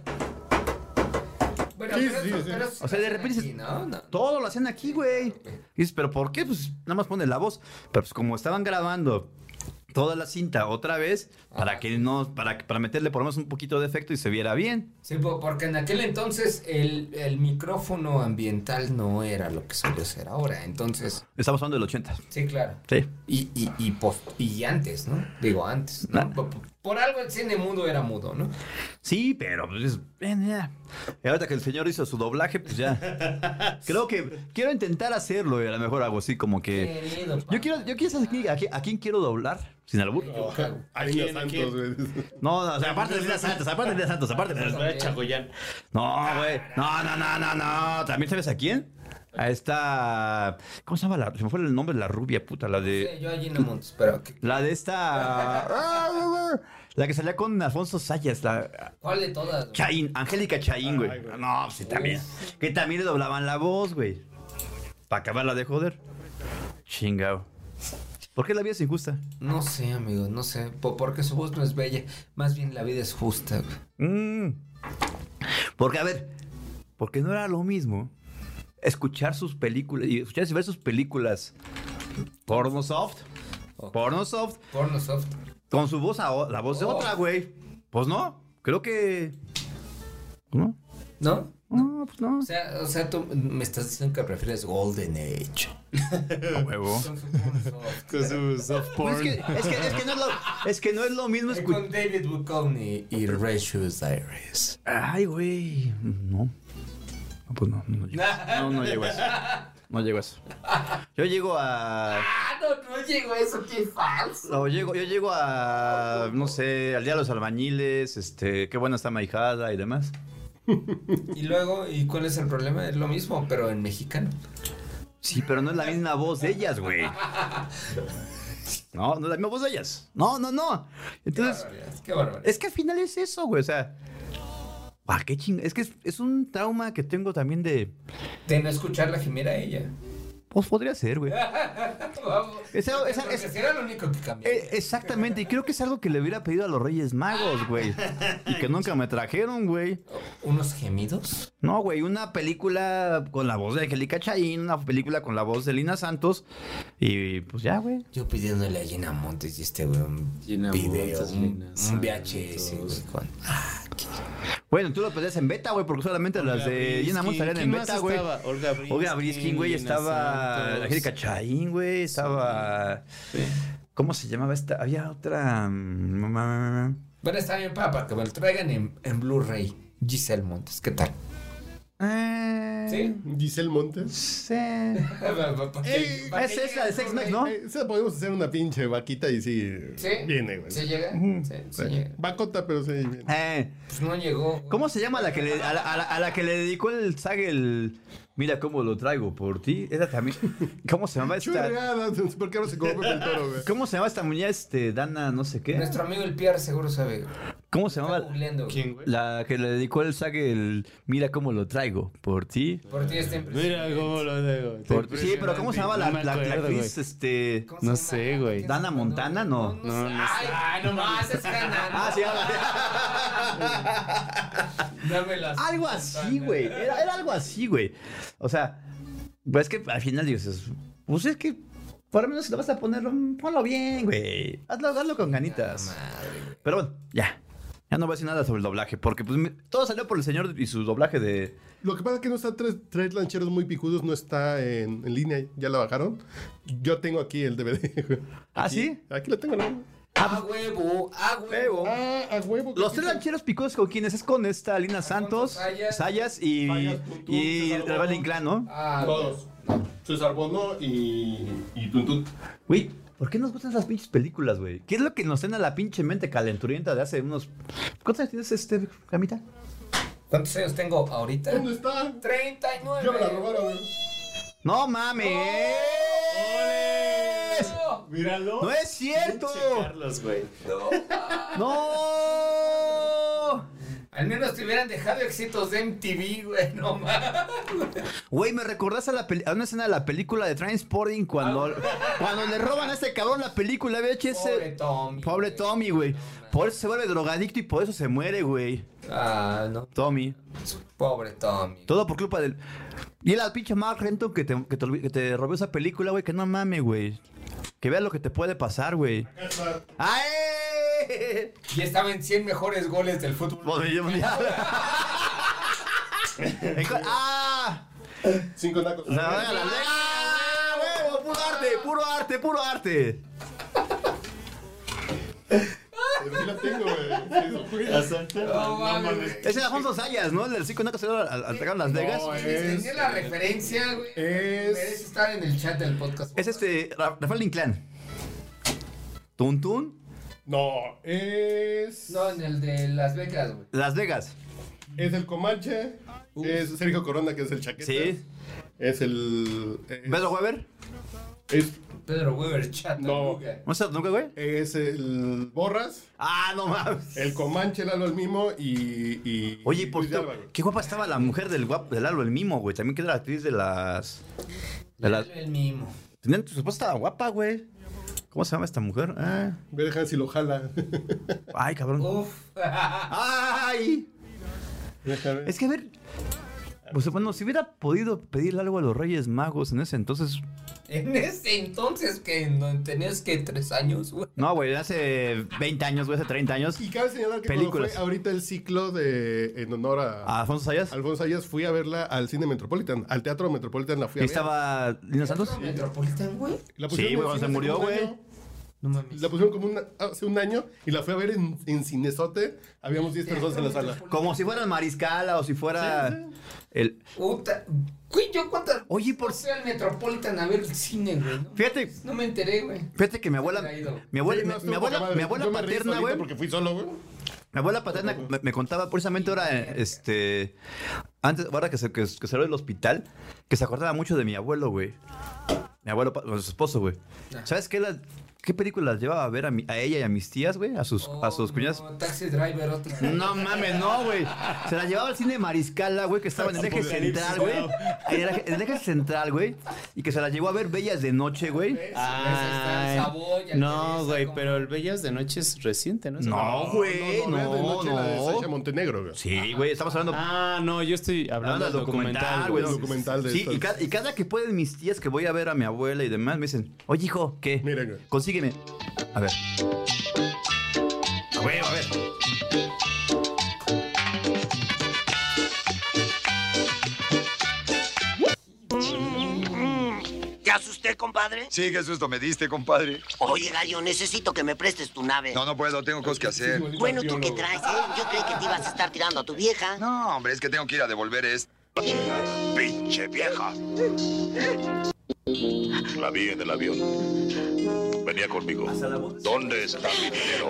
Bueno,
Sí,
pero
sí,
eso-
sí.
pero eso
O sea, de
lo hacen
repente
aquí,
dices,
¿no? No.
todo lo hacían aquí, güey. Y dices, ¿pero por qué? Pues nada más pone la voz. Pero pues como estaban grabando toda la cinta otra vez, para que no, para, para meterle por lo menos un poquito de efecto y se viera bien.
Sí, po- porque en aquel entonces el, el micrófono ambiental no era lo que suele ser ahora. Entonces,
Estamos hablando del 80.
sí, claro.
Sí.
Y, y, y, post- y antes, ¿no? Digo, antes, ¿no? Por, por algo el cine mudo era mudo, ¿no?
Sí, pero pues es- ven, ya. Y ahorita que el señor hizo su doblaje, pues ya. Creo que quiero intentar hacerlo y a lo mejor hago así como que.
Querido,
Yo quiero, yo quiero saber aquí- a, quién- a quién quiero doblar, sin albur.
A Lina Santos, güey.
No, no, o sea, aparte de Lina Santos, aparte de Lina Santos, aparte de Lina Santos. No, güey. No, no, no, no, no. ¿También sabes a quién? A esta. ¿Cómo se llama? La... Se me fue el nombre de la rubia puta, la de.
Sí, yo a Gina Montes, pero ¿qué-
La de esta. La que salía con Alfonso Sayas, la.
¿cuál de todas? güey?
Chaín, Angélica Chaín, güey. No, sí, también. Que también le doblaban la voz, güey. Para acabarla de joder. Chingao. ¿Por qué la vida es injusta?
No sé, amigo, no sé. po- Porque su voz no es bella. Más bien la vida es justa, güey.
Mm. Porque, a ver, porque no era lo mismo escuchar sus películas y escuchar y ver sus películas porno soft, porno soft,
Porno soft.
con su voz, a o- la voz de otra, güey. Pues no, creo que. pues ¿No?
¿No?
No, pues no.
O sea, o sea, tú me estás diciendo que prefieres Golden Age.
A huevo.
Con su soft
Pues
porn.
es, que, es, que, es que no es lo, es que no es lo mismo escuchar.
Con David Buconi y Rachel Iris.
Ay, güey. No. No, pues no, no llego. No, no llego a eso. No llego a eso. Yo llego a.
Ah, no, no llegó eso, qué falso.
No, llego, yo llego a, no sé, al día de los albañiles, este, qué buena está mi hijada y demás.
Y luego, ¿y cuál es el problema? Es lo mismo, pero en mexicano.
Sí, pero no es la misma voz de ellas, güey. No, no es la misma voz de ellas. No, no, no. Entonces,
Qué barbaridad.
es que al final es eso, güey, o sea... Ah, qué ching... Es que es, es un trauma que tengo también de...
De no escuchar la gemela a ella.
Pues podría ser, güey.
Vamos.
Esa- esa-
Porque
esa-
si era lo único que cambió.
Eh, exactamente, y creo que es algo que le hubiera pedido a los Reyes Magos, güey. Y que nunca me trajeron, güey.
¿Unos gemidos?
No, güey, una película con la voz de Angélica Chaín, una película con la voz de Lina Santos y pues ya, güey.
Yo pidiéndole a Gina Montes y este güey un
Gina
video,
Montes,
un,
Gina
un VHS, güey, con-
Bueno, tú lo pedías en beta, güey, porque solamente las de Lina Montes salían en beta, güey.
Olga Briskin.
Olga Briskin, güey, estaba Angélica Chaín, güey, estaba... ¿Cómo se llamaba esta? Había otra... mm,
Bueno, está bien, papá, que me lo traigan en, en Blu-ray. Giselle Montes, ¿qué tal?
eh,
[LAUGHS] ¿Sí? pues,
Giselle Montes.
sí.
Ey,
Es esa de Sex Max, ¿no?
Eh, esa podemos hacer una pinche vaquita y sí.
¿Sí?
Viene, güey.
¿Se llega? Sí, sí
Sí.
llega.
Vacota, pero sí. viene.
Eh,
Pues no llegó. güey.
Pues, ¿Cómo se llama la que le, a, la, a la- a la que le dedicó el Zag el... Mira cómo lo traigo por ti. Era también... [LAUGHS] ¿Cómo se llama esta?
Churreada, ¿por qué no se come el toro, güey?
¿Cómo se llama esta muñeca? Este, Dana, no sé qué.
Nuestro amigo el Pierre seguro sabe.
¿Cómo se llamaba?
googleando, güey.
La que le dedicó el saque el Mira cómo lo traigo. Por ti.
Por ti está impresionante.
Mira cómo lo digo.
Por ti. Sí, pero ¿cómo se llamaba la, la- la actriz? Este.
No sé, güey.
¿Dana Montana? No.
No, no sé.
Ay, ay, no más, es ganar.
Ah, sí,
Dámelas.
Algo así, güey. Era, era algo así, güey. O sea, pues es que al final dices, pues es que por lo menos si lo vas a poner, ponlo bien, güey. Hazlo, hazlo con ganitas. Pero bueno, ya. Ya no voy a decir nada sobre el doblaje, porque pues me- todo salió por el señor y su doblaje de...
Lo que pasa es que no está tres, tres lancheros muy picudos, no está en, en línea, ya la bajaron. Yo tengo aquí el DVD. güey.
¿Ah,
Aquí-
sí?
Aquí lo tengo, ¿no?
A huevo, a huevo.
Ah, a huevo.
Los tres lancheros picudos con quienes es con esta Lina Santos,
Sayas.
Sayas y,
Sayas, Tuntún,
y
César
Rafael
Bono.
Inclán, ¿no?
Ah,
Todos. César Bono y, y Tuntut.
Güey, ¿por qué nos gustan esas pinches películas, güey? ¿Qué es lo que nos tiene a la pinche mente calenturienta de hace unos... ¿Cuántos años tienes, este, Camita?
¿Cuántos años tengo ahorita?
¿Dónde está?
39.
Ya me la robaron.
¡No mames!
No,
Míralo.
¡No es cierto!
Carlos, güey.
no.
¡No!
Al menos te hubieran dejado éxitos de MTV, güey, no más.
Güey, ¿me recordás a, la peli- a una escena de la película de Transporting cuando, cuando le roban a este cabrón la película VHS?
Pobre Tommy.
Pobre Tommy, güey. Por eso se vuelve drogadicto y por eso se muere, güey.
Ah, no.
Tommy.
Pobre Tommy.
Todo por culpa del... Y la pinche Mark Renton que te, que te, olvi- que te robó esa película, güey, que no mames, güey. Que veas lo que te puede pasar, güey. ¡Ay!
Y estaba en 100 mejores goles del fútbol.
Bueno, yo- [LAUGHS] En cu- ¡Ah!
Cinco tacos.
La verdad, la- ¡Ah, huevo! ¡Puro arte! ¡Puro arte! ¡Puro arte!
Pero sí la tengo, güey.
No mames.
Ese era Alfonso Sayas, ¿no? El del 5 que se dio al- al al Teatro Las Vegas.
Tenía la referencia, güey.
Es-
Merece estar en el chat del podcast.
Es este, Ra- Rafael Inclán. Tuntún,
No, es.
No, en el de Las Vegas, güey.
Las Vegas.
Es el Comanche. Es Sergio Corona, que es el chaqueta.
Sí.
Es el. Es,
Pedro Weber.
es,
Pedro Weber, chat.
No.
¿No estás nunca, güey?
es el Borras.
Ah, no mames.
El Comanche, Lalo el Mimo y. y
Oye, por
Luis de
cierto,
Alba, güey.
qué guapa estaba la mujer del guapo, del Lalo el Mimo, güey. También que era la actriz de las. De las...
El mimo.
Tenían- Tu esposa estaba guapa, güey. ¿Cómo se llama esta mujer? Ah.
Voy a dejar si lo jala. [LAUGHS]
Ay, cabrón.
Uf. [LAUGHS]
¡Ay!
Déjame.
Es que a ver. O sea, bueno, si hubiera podido pedirle algo a los Reyes Magos en ese entonces.
En ese entonces que no tenías que tres años, güey.
No, güey, hace 20 años, güey, hace 30 años.
Y cabe señalar que cuando
Películas. Ah.
fue ahorita el ciclo de en honor a,
A Alfonso Sayas.
Alfonso Ayas fui a verla al cine Metropolitan, al Teatro Metropolitan la fui a
Ahí
ver.
estaba Lina Santos.
Metropolitan, güey.
La
Sí,
en
güey,
el
cuando se
cine hace
murió,
como un
güey.
año.
No mames.
La pusieron como una- hace un año y la fui a ver en, en Cinesote. Habíamos 10 personas en la sala.
Como si fuera el Mariscala o si fuera el.
Puta. Güey, yo cuántas.
Oye, por-
Fui al Metropolitan a ver el cine, güey. No,
Fíjate,
no me enteré, güey.
fíjate que mi abuela,
Caído.
mi
Sí,
abuela,
no,
mi- mi,
estuvo poca
abuela,
madre.
mi abuela
Yo me reí
paterna,
solito
güey,
Porque fui solo, güey.
mi abuela paterna me, me contaba precisamente ahora, eh, este, antes, ahora que se que, que salió del hospital, que se acordaba mucho de mi abuelo, güey. Mi abuelo, pa- su esposo, güey.
Ah.
¿Sabes qué, la- qué películas llevaba a ver a, mi- a ella y a mis tías, güey? A sus, a sus
Oh,
cuñadas.
no, taxi driver, otra.
No mames, no, güey. Se la llevaba al cine Mariscala, güey, que estaba en el eje central, güey. En el eje- en el eje central, güey. Y que se la llevó a ver Bellas de Noche, güey.
Ah, Ay,
No, güey, pero el Bellas de Noche es reciente, ¿no?
No, güey, no,
veas de noche la de
no.
Sasha Montenegro, güey.
Sí, güey, estamos hablando...
Ah, no, yo estoy hablando
hablando
del documental,
güey.
güey.
no.
Documental de
ah, Sí,
estas.
y cada, y cada que pueden mis tías que voy a ver a mi abuela y demás, me dicen, oye, hijo, ¿qué?
Miren, güey.
Consígueme. A ver. A ver, a ver.
¿Te asusté, compadre?
Sí, qué susto me diste, compadre.
Oye, gallo, necesito que me prestes tu nave.
No, no puedo, tengo cosas que hacer.
Bueno, ¿tú qué traes, eh? Yo creí que te ibas a estar tirando a tu vieja.
No, hombre, es que tengo que ir a devolver esto.
Pinche vieja. La vi en el avión. Venía conmigo. ¿Dónde está mi dinero?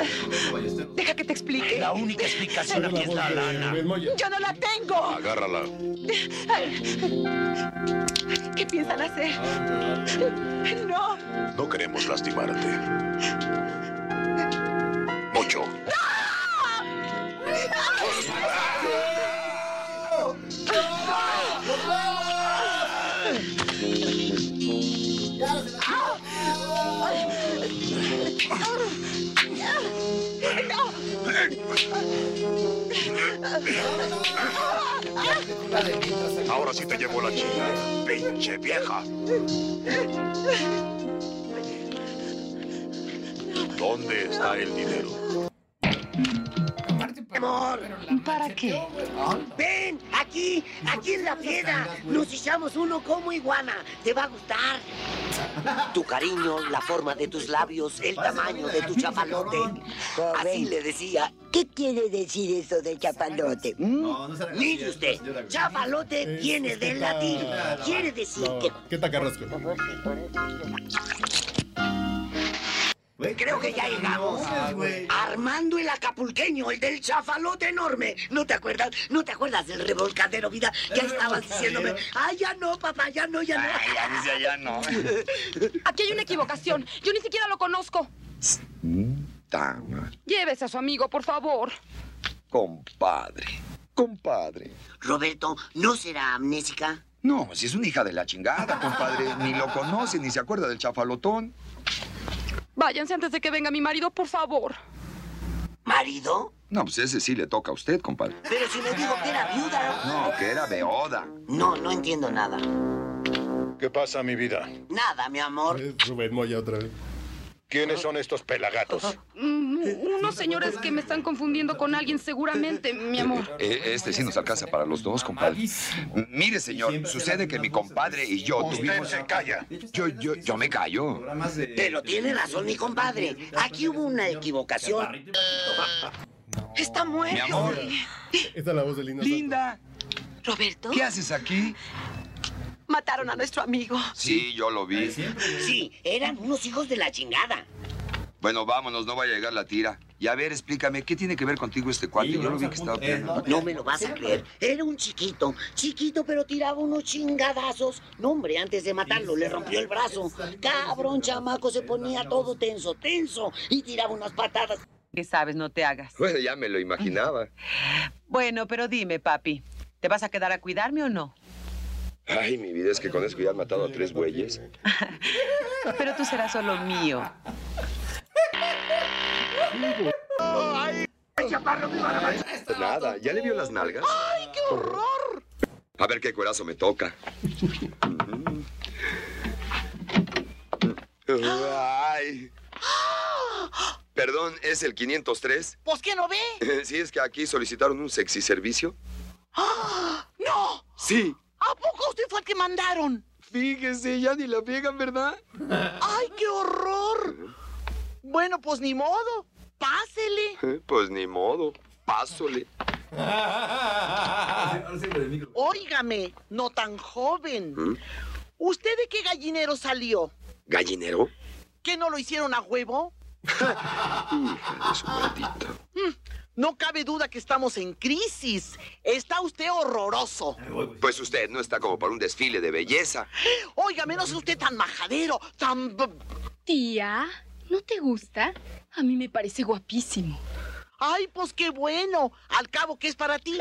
Deja que te explique.
La única explicación aquí es la lana.
El Moya.
Yo no la tengo.
Agárrala.
¿Qué piensan hacer? No.
No queremos lastimarte. Mucho.
Ahora sí te llevo la china, pinche vieja. ¿Dónde está el dinero?
Amor, ¿para qué? Ven, aquí, aquí en la piedra. Nos echamos uno como iguana. Te va a gustar. Tu cariño, la forma de tus labios, el tamaño de tu chapalote. Así le decía.
¿Qué quiere decir eso de chapalote? No, no
¿Mm? Mire usted, chapalote viene del latín. Quiere decir que...
¿Qué tacarrasco?
Creo que ya llegamos. Armando el acapulqueño, el del chafalote enorme. ¿No te acuerdas? ¿No te acuerdas del revolcadero, vida? Ya
El
estabas
revolcadero.
diciéndome, ay, ya no, papá, ya no, ya no.
Ay, ya dice,
[LAUGHS]
ya no.
Aquí hay una equivocación. Yo ni siquiera lo conozco. Llévese a su amigo, por favor.
Compadre, compadre.
Roberto, ¿no será amnésica?
No, pues, si es una hija de la chingada, compadre. Ni lo conoce, ni se acuerda del chafalotón.
Váyanse antes de que venga mi marido, por favor.
¿Marido?
No, pues ese sí le toca a usted, compadre.
Pero si me dijo que era viuda.
No, que era beoda.
No, no entiendo nada.
¿Qué pasa, mi vida?
Nada, mi amor.
Rubén Moya otra vez.
¿Quiénes son estos pelagatos?
Mm, Unos señores que me están confundiendo con alguien seguramente, mi amor.
E- Este sí nos alcanza para los dos, compadre. M- Mire, señor, sucede que mi compadre y yo
Usted
tuvimos...
se calla.
Yo, yo, yo me callo.
Pero tiene razón mi compadre. Aquí hubo una equivocación.
Está muerto.
Mi amor.
Esta es la voz de Linda.
Linda. Roberto.
¿Qué haces aquí?
Mataron a nuestro amigo.
Sí, yo lo vi.
Sí, eran unos hijos de la chingada.
Bueno, vámonos, no va a llegar la tira. Y a ver, explícame, ¿qué tiene que ver contigo este cuate? Yo lo vi que estaba peleando.
No me lo vas a creer. Era un chiquito, chiquito, pero tiraba unos chingadazos. No, hombre, antes de matarlo le rompió el brazo. Cabrón, chamaco, se ponía todo tenso, tenso y tiraba unas patadas.
Que sabes, no te hagas.
Bueno, ya me lo imaginaba.
Bueno, pero dime, papi, ¿te vas a quedar a cuidarme o no?
Ay, mi vida, es que con eso ya han matado a tres güeyes.
Pero tú serás solo mío.
¡Ay, chaparro, me van a matar!
Nada, ¿ya le vio las nalgas? ¡Ay, qué horror! A ver qué cuerazo me toca. Ay. Perdón, ¿es el 503?
¿Pues qué no ve?
[LAUGHS] Sí, es que aquí solicitaron un sexy servicio.
¡Ah! ¡No!
Sí.
¿A poco usted fue el que mandaron?
Fíjese, ya ni la pegan, ¿verdad?
¡Ay, qué horror! Bueno, pues ni modo. Pásele.
[LAUGHS] Pues ni modo, pásole.
Óigame, no tan joven.
¿Mm?
¿Usted de qué gallinero salió?
¿Gallinero?
¿Que no lo hicieron a huevo?
Hija de su maldita.
Mm, No cabe duda que estamos en crisis. Está usted horroroso.
Pues usted no está como para un desfile de belleza.
Óigame, no sea usted tan majadero, tan...
Tía, ¿no te gusta? A mí me parece guapísimo.
Ay, pues qué bueno. Al cabo que es para ti.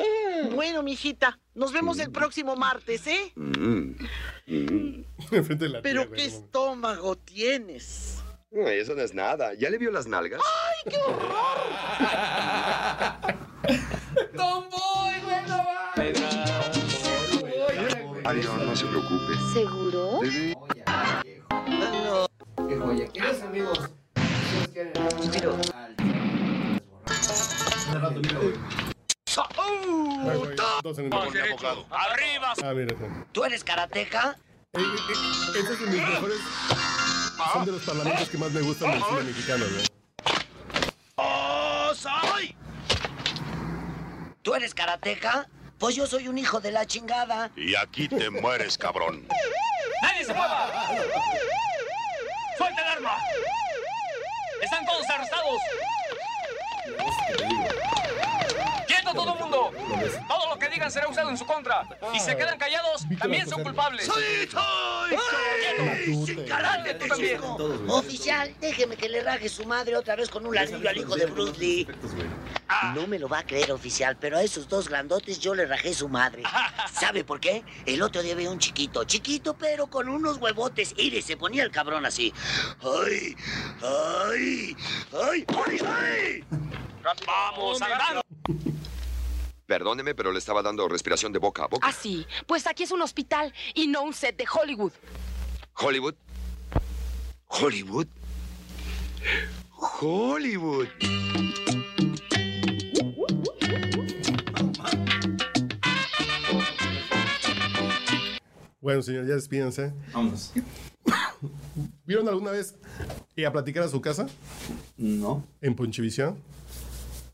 Bueno, mijita, nos vemos el próximo martes, ¿eh?
[LAUGHS] Enfrente de
Pero
la tía,
qué
güey, no mames.
estómago tienes.
No, eso no es nada. ¿Ya le vio las nalgas?
¡Ay, qué horror!
¡Tomboy, güey! no mames!
Ay, no, no se preocupe.
¿Seguro?
Qué joya. Queridos amigos, si nos quieren, pero-
Dos en uno.
¡Arriba!
Ah, mira. son-
¿Tú eres karateca?
Eh, Estos son mis mejores.
Ah.
Son de los parlamentos que más me gustan del cine mexicano, güey.
soy! ¿Tú eres karateca? Pues yo soy un hijo de la chingada.
Y aquí te mueres, cabrón.
¡Nadie se mueva! ¡Suelta el arma! ¡Están todos arrestados! ¡Quieto todo el mundo! Todo lo que digan será usado en su contra. Y se quedan callados, también son culpables. ¡Sí,
¡Carate, tú
también!
chico! Oficial, déjeme que le raje su madre otra vez con un ladrillo al hijo de Bruce Lee. No me lo va a creer, oficial, pero a esos dos grandotes yo le rajé su madre. ¿Sabe por qué? El otro día vi a un chiquito, chiquito, pero con unos huevotes. Y se ponía el cabrón así. ¡Ay! ¡Ay! ¡Ay! ¡Ay! ¡Ay!
Vamos, agárralo.
Perdóneme, pero le estaba dando respiración de boca a boca.
Así, pues aquí es un hospital y no un set de Hollywood.
Hollywood. Hollywood. Hollywood.
Bueno, señor, ya despídense.
Vamos.
¿Vieron alguna vez y a platicar a su casa?
No.
¿En Ponchivisión?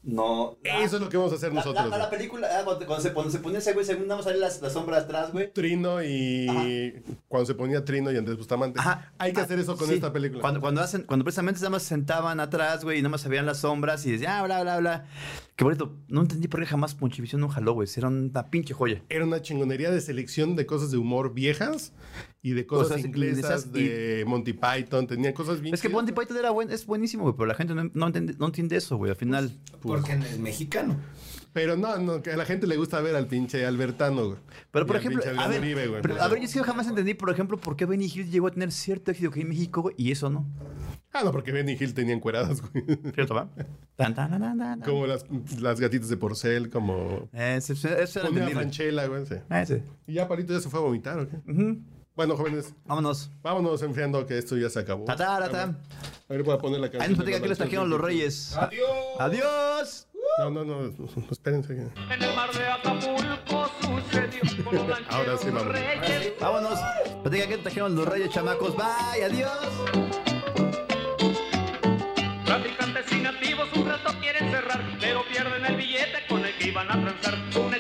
No.
Eso es lo que vamos a hacer
La,
nosotros.
la- la
güey.
película, ah, cuando, cuando se, cuando se ponía ese güey, según nada más salía las- la, sombra atrás, güey.
Trino y. Cuando se ponía Trino y Andrés Bustamante. Hay que hacer eso con
Ah, Sí.
esta película.
Cuando, cuando, hacen, cuando precisamente nada más se sentaban atrás, güey, y nada más se veían las sombras y decían, ah, bla, bla, bla. Qué bonito. No entendí por qué jamás Ponchivisión no jaló, güey. Era una pinche joya.
Era una chingonería de selección de cosas de humor viejas y de cosas,
Cosas
inglesas,
inglesas
de Monty Python. Tenían cosas bien.
Es que Monty Python era buen, es buenísimo, güey, pero la gente no, no entiende, no entiende eso, güey, al final.
porque
es mexicano.
Pero no, no, que a la gente le gusta ver al pinche Albertano, güey.
Pero,
Y
por
al
ejemplo,
pinche
a
Adrián
ver,
Uribe, güey.
pero, a ver, yo es que jamás entendí, por ejemplo, por qué Benny Hill llegó a tener cierto éxito aquí en México, güey, y eso no.
Ah, no, porque Benny Hill tenía encueradas, güey.
¿Cierto, va? Tan, tan, tan, tan, tan. Eh,
Como las, las gatitas de porcel, como.
Eso, eso era
Ponía
entendible.
Franchella, güey. sí.
Ah, ese.
Y ya Palito ya se fue a vomitar, ¿o qué? Bueno, jóvenes.
Vámonos.
Vámonos enfriando que esto ya se acabó.
Tatarata.
A ver, voy a poner la canción.
Ahí nos platican qué les trajeron los reyes.
Adiós.
Adiós.
No, no, no. Espérense. que-
En el mar de Acapulco sucedió con los
Ahora sí, vamos.
reyes.
Vámonos. Platican qué les trajeron los reyes, chamacos. Bye, adiós.
Traficantes y nativos un rato quieren cerrar, pero pierden el billete con el que iban a transar. Una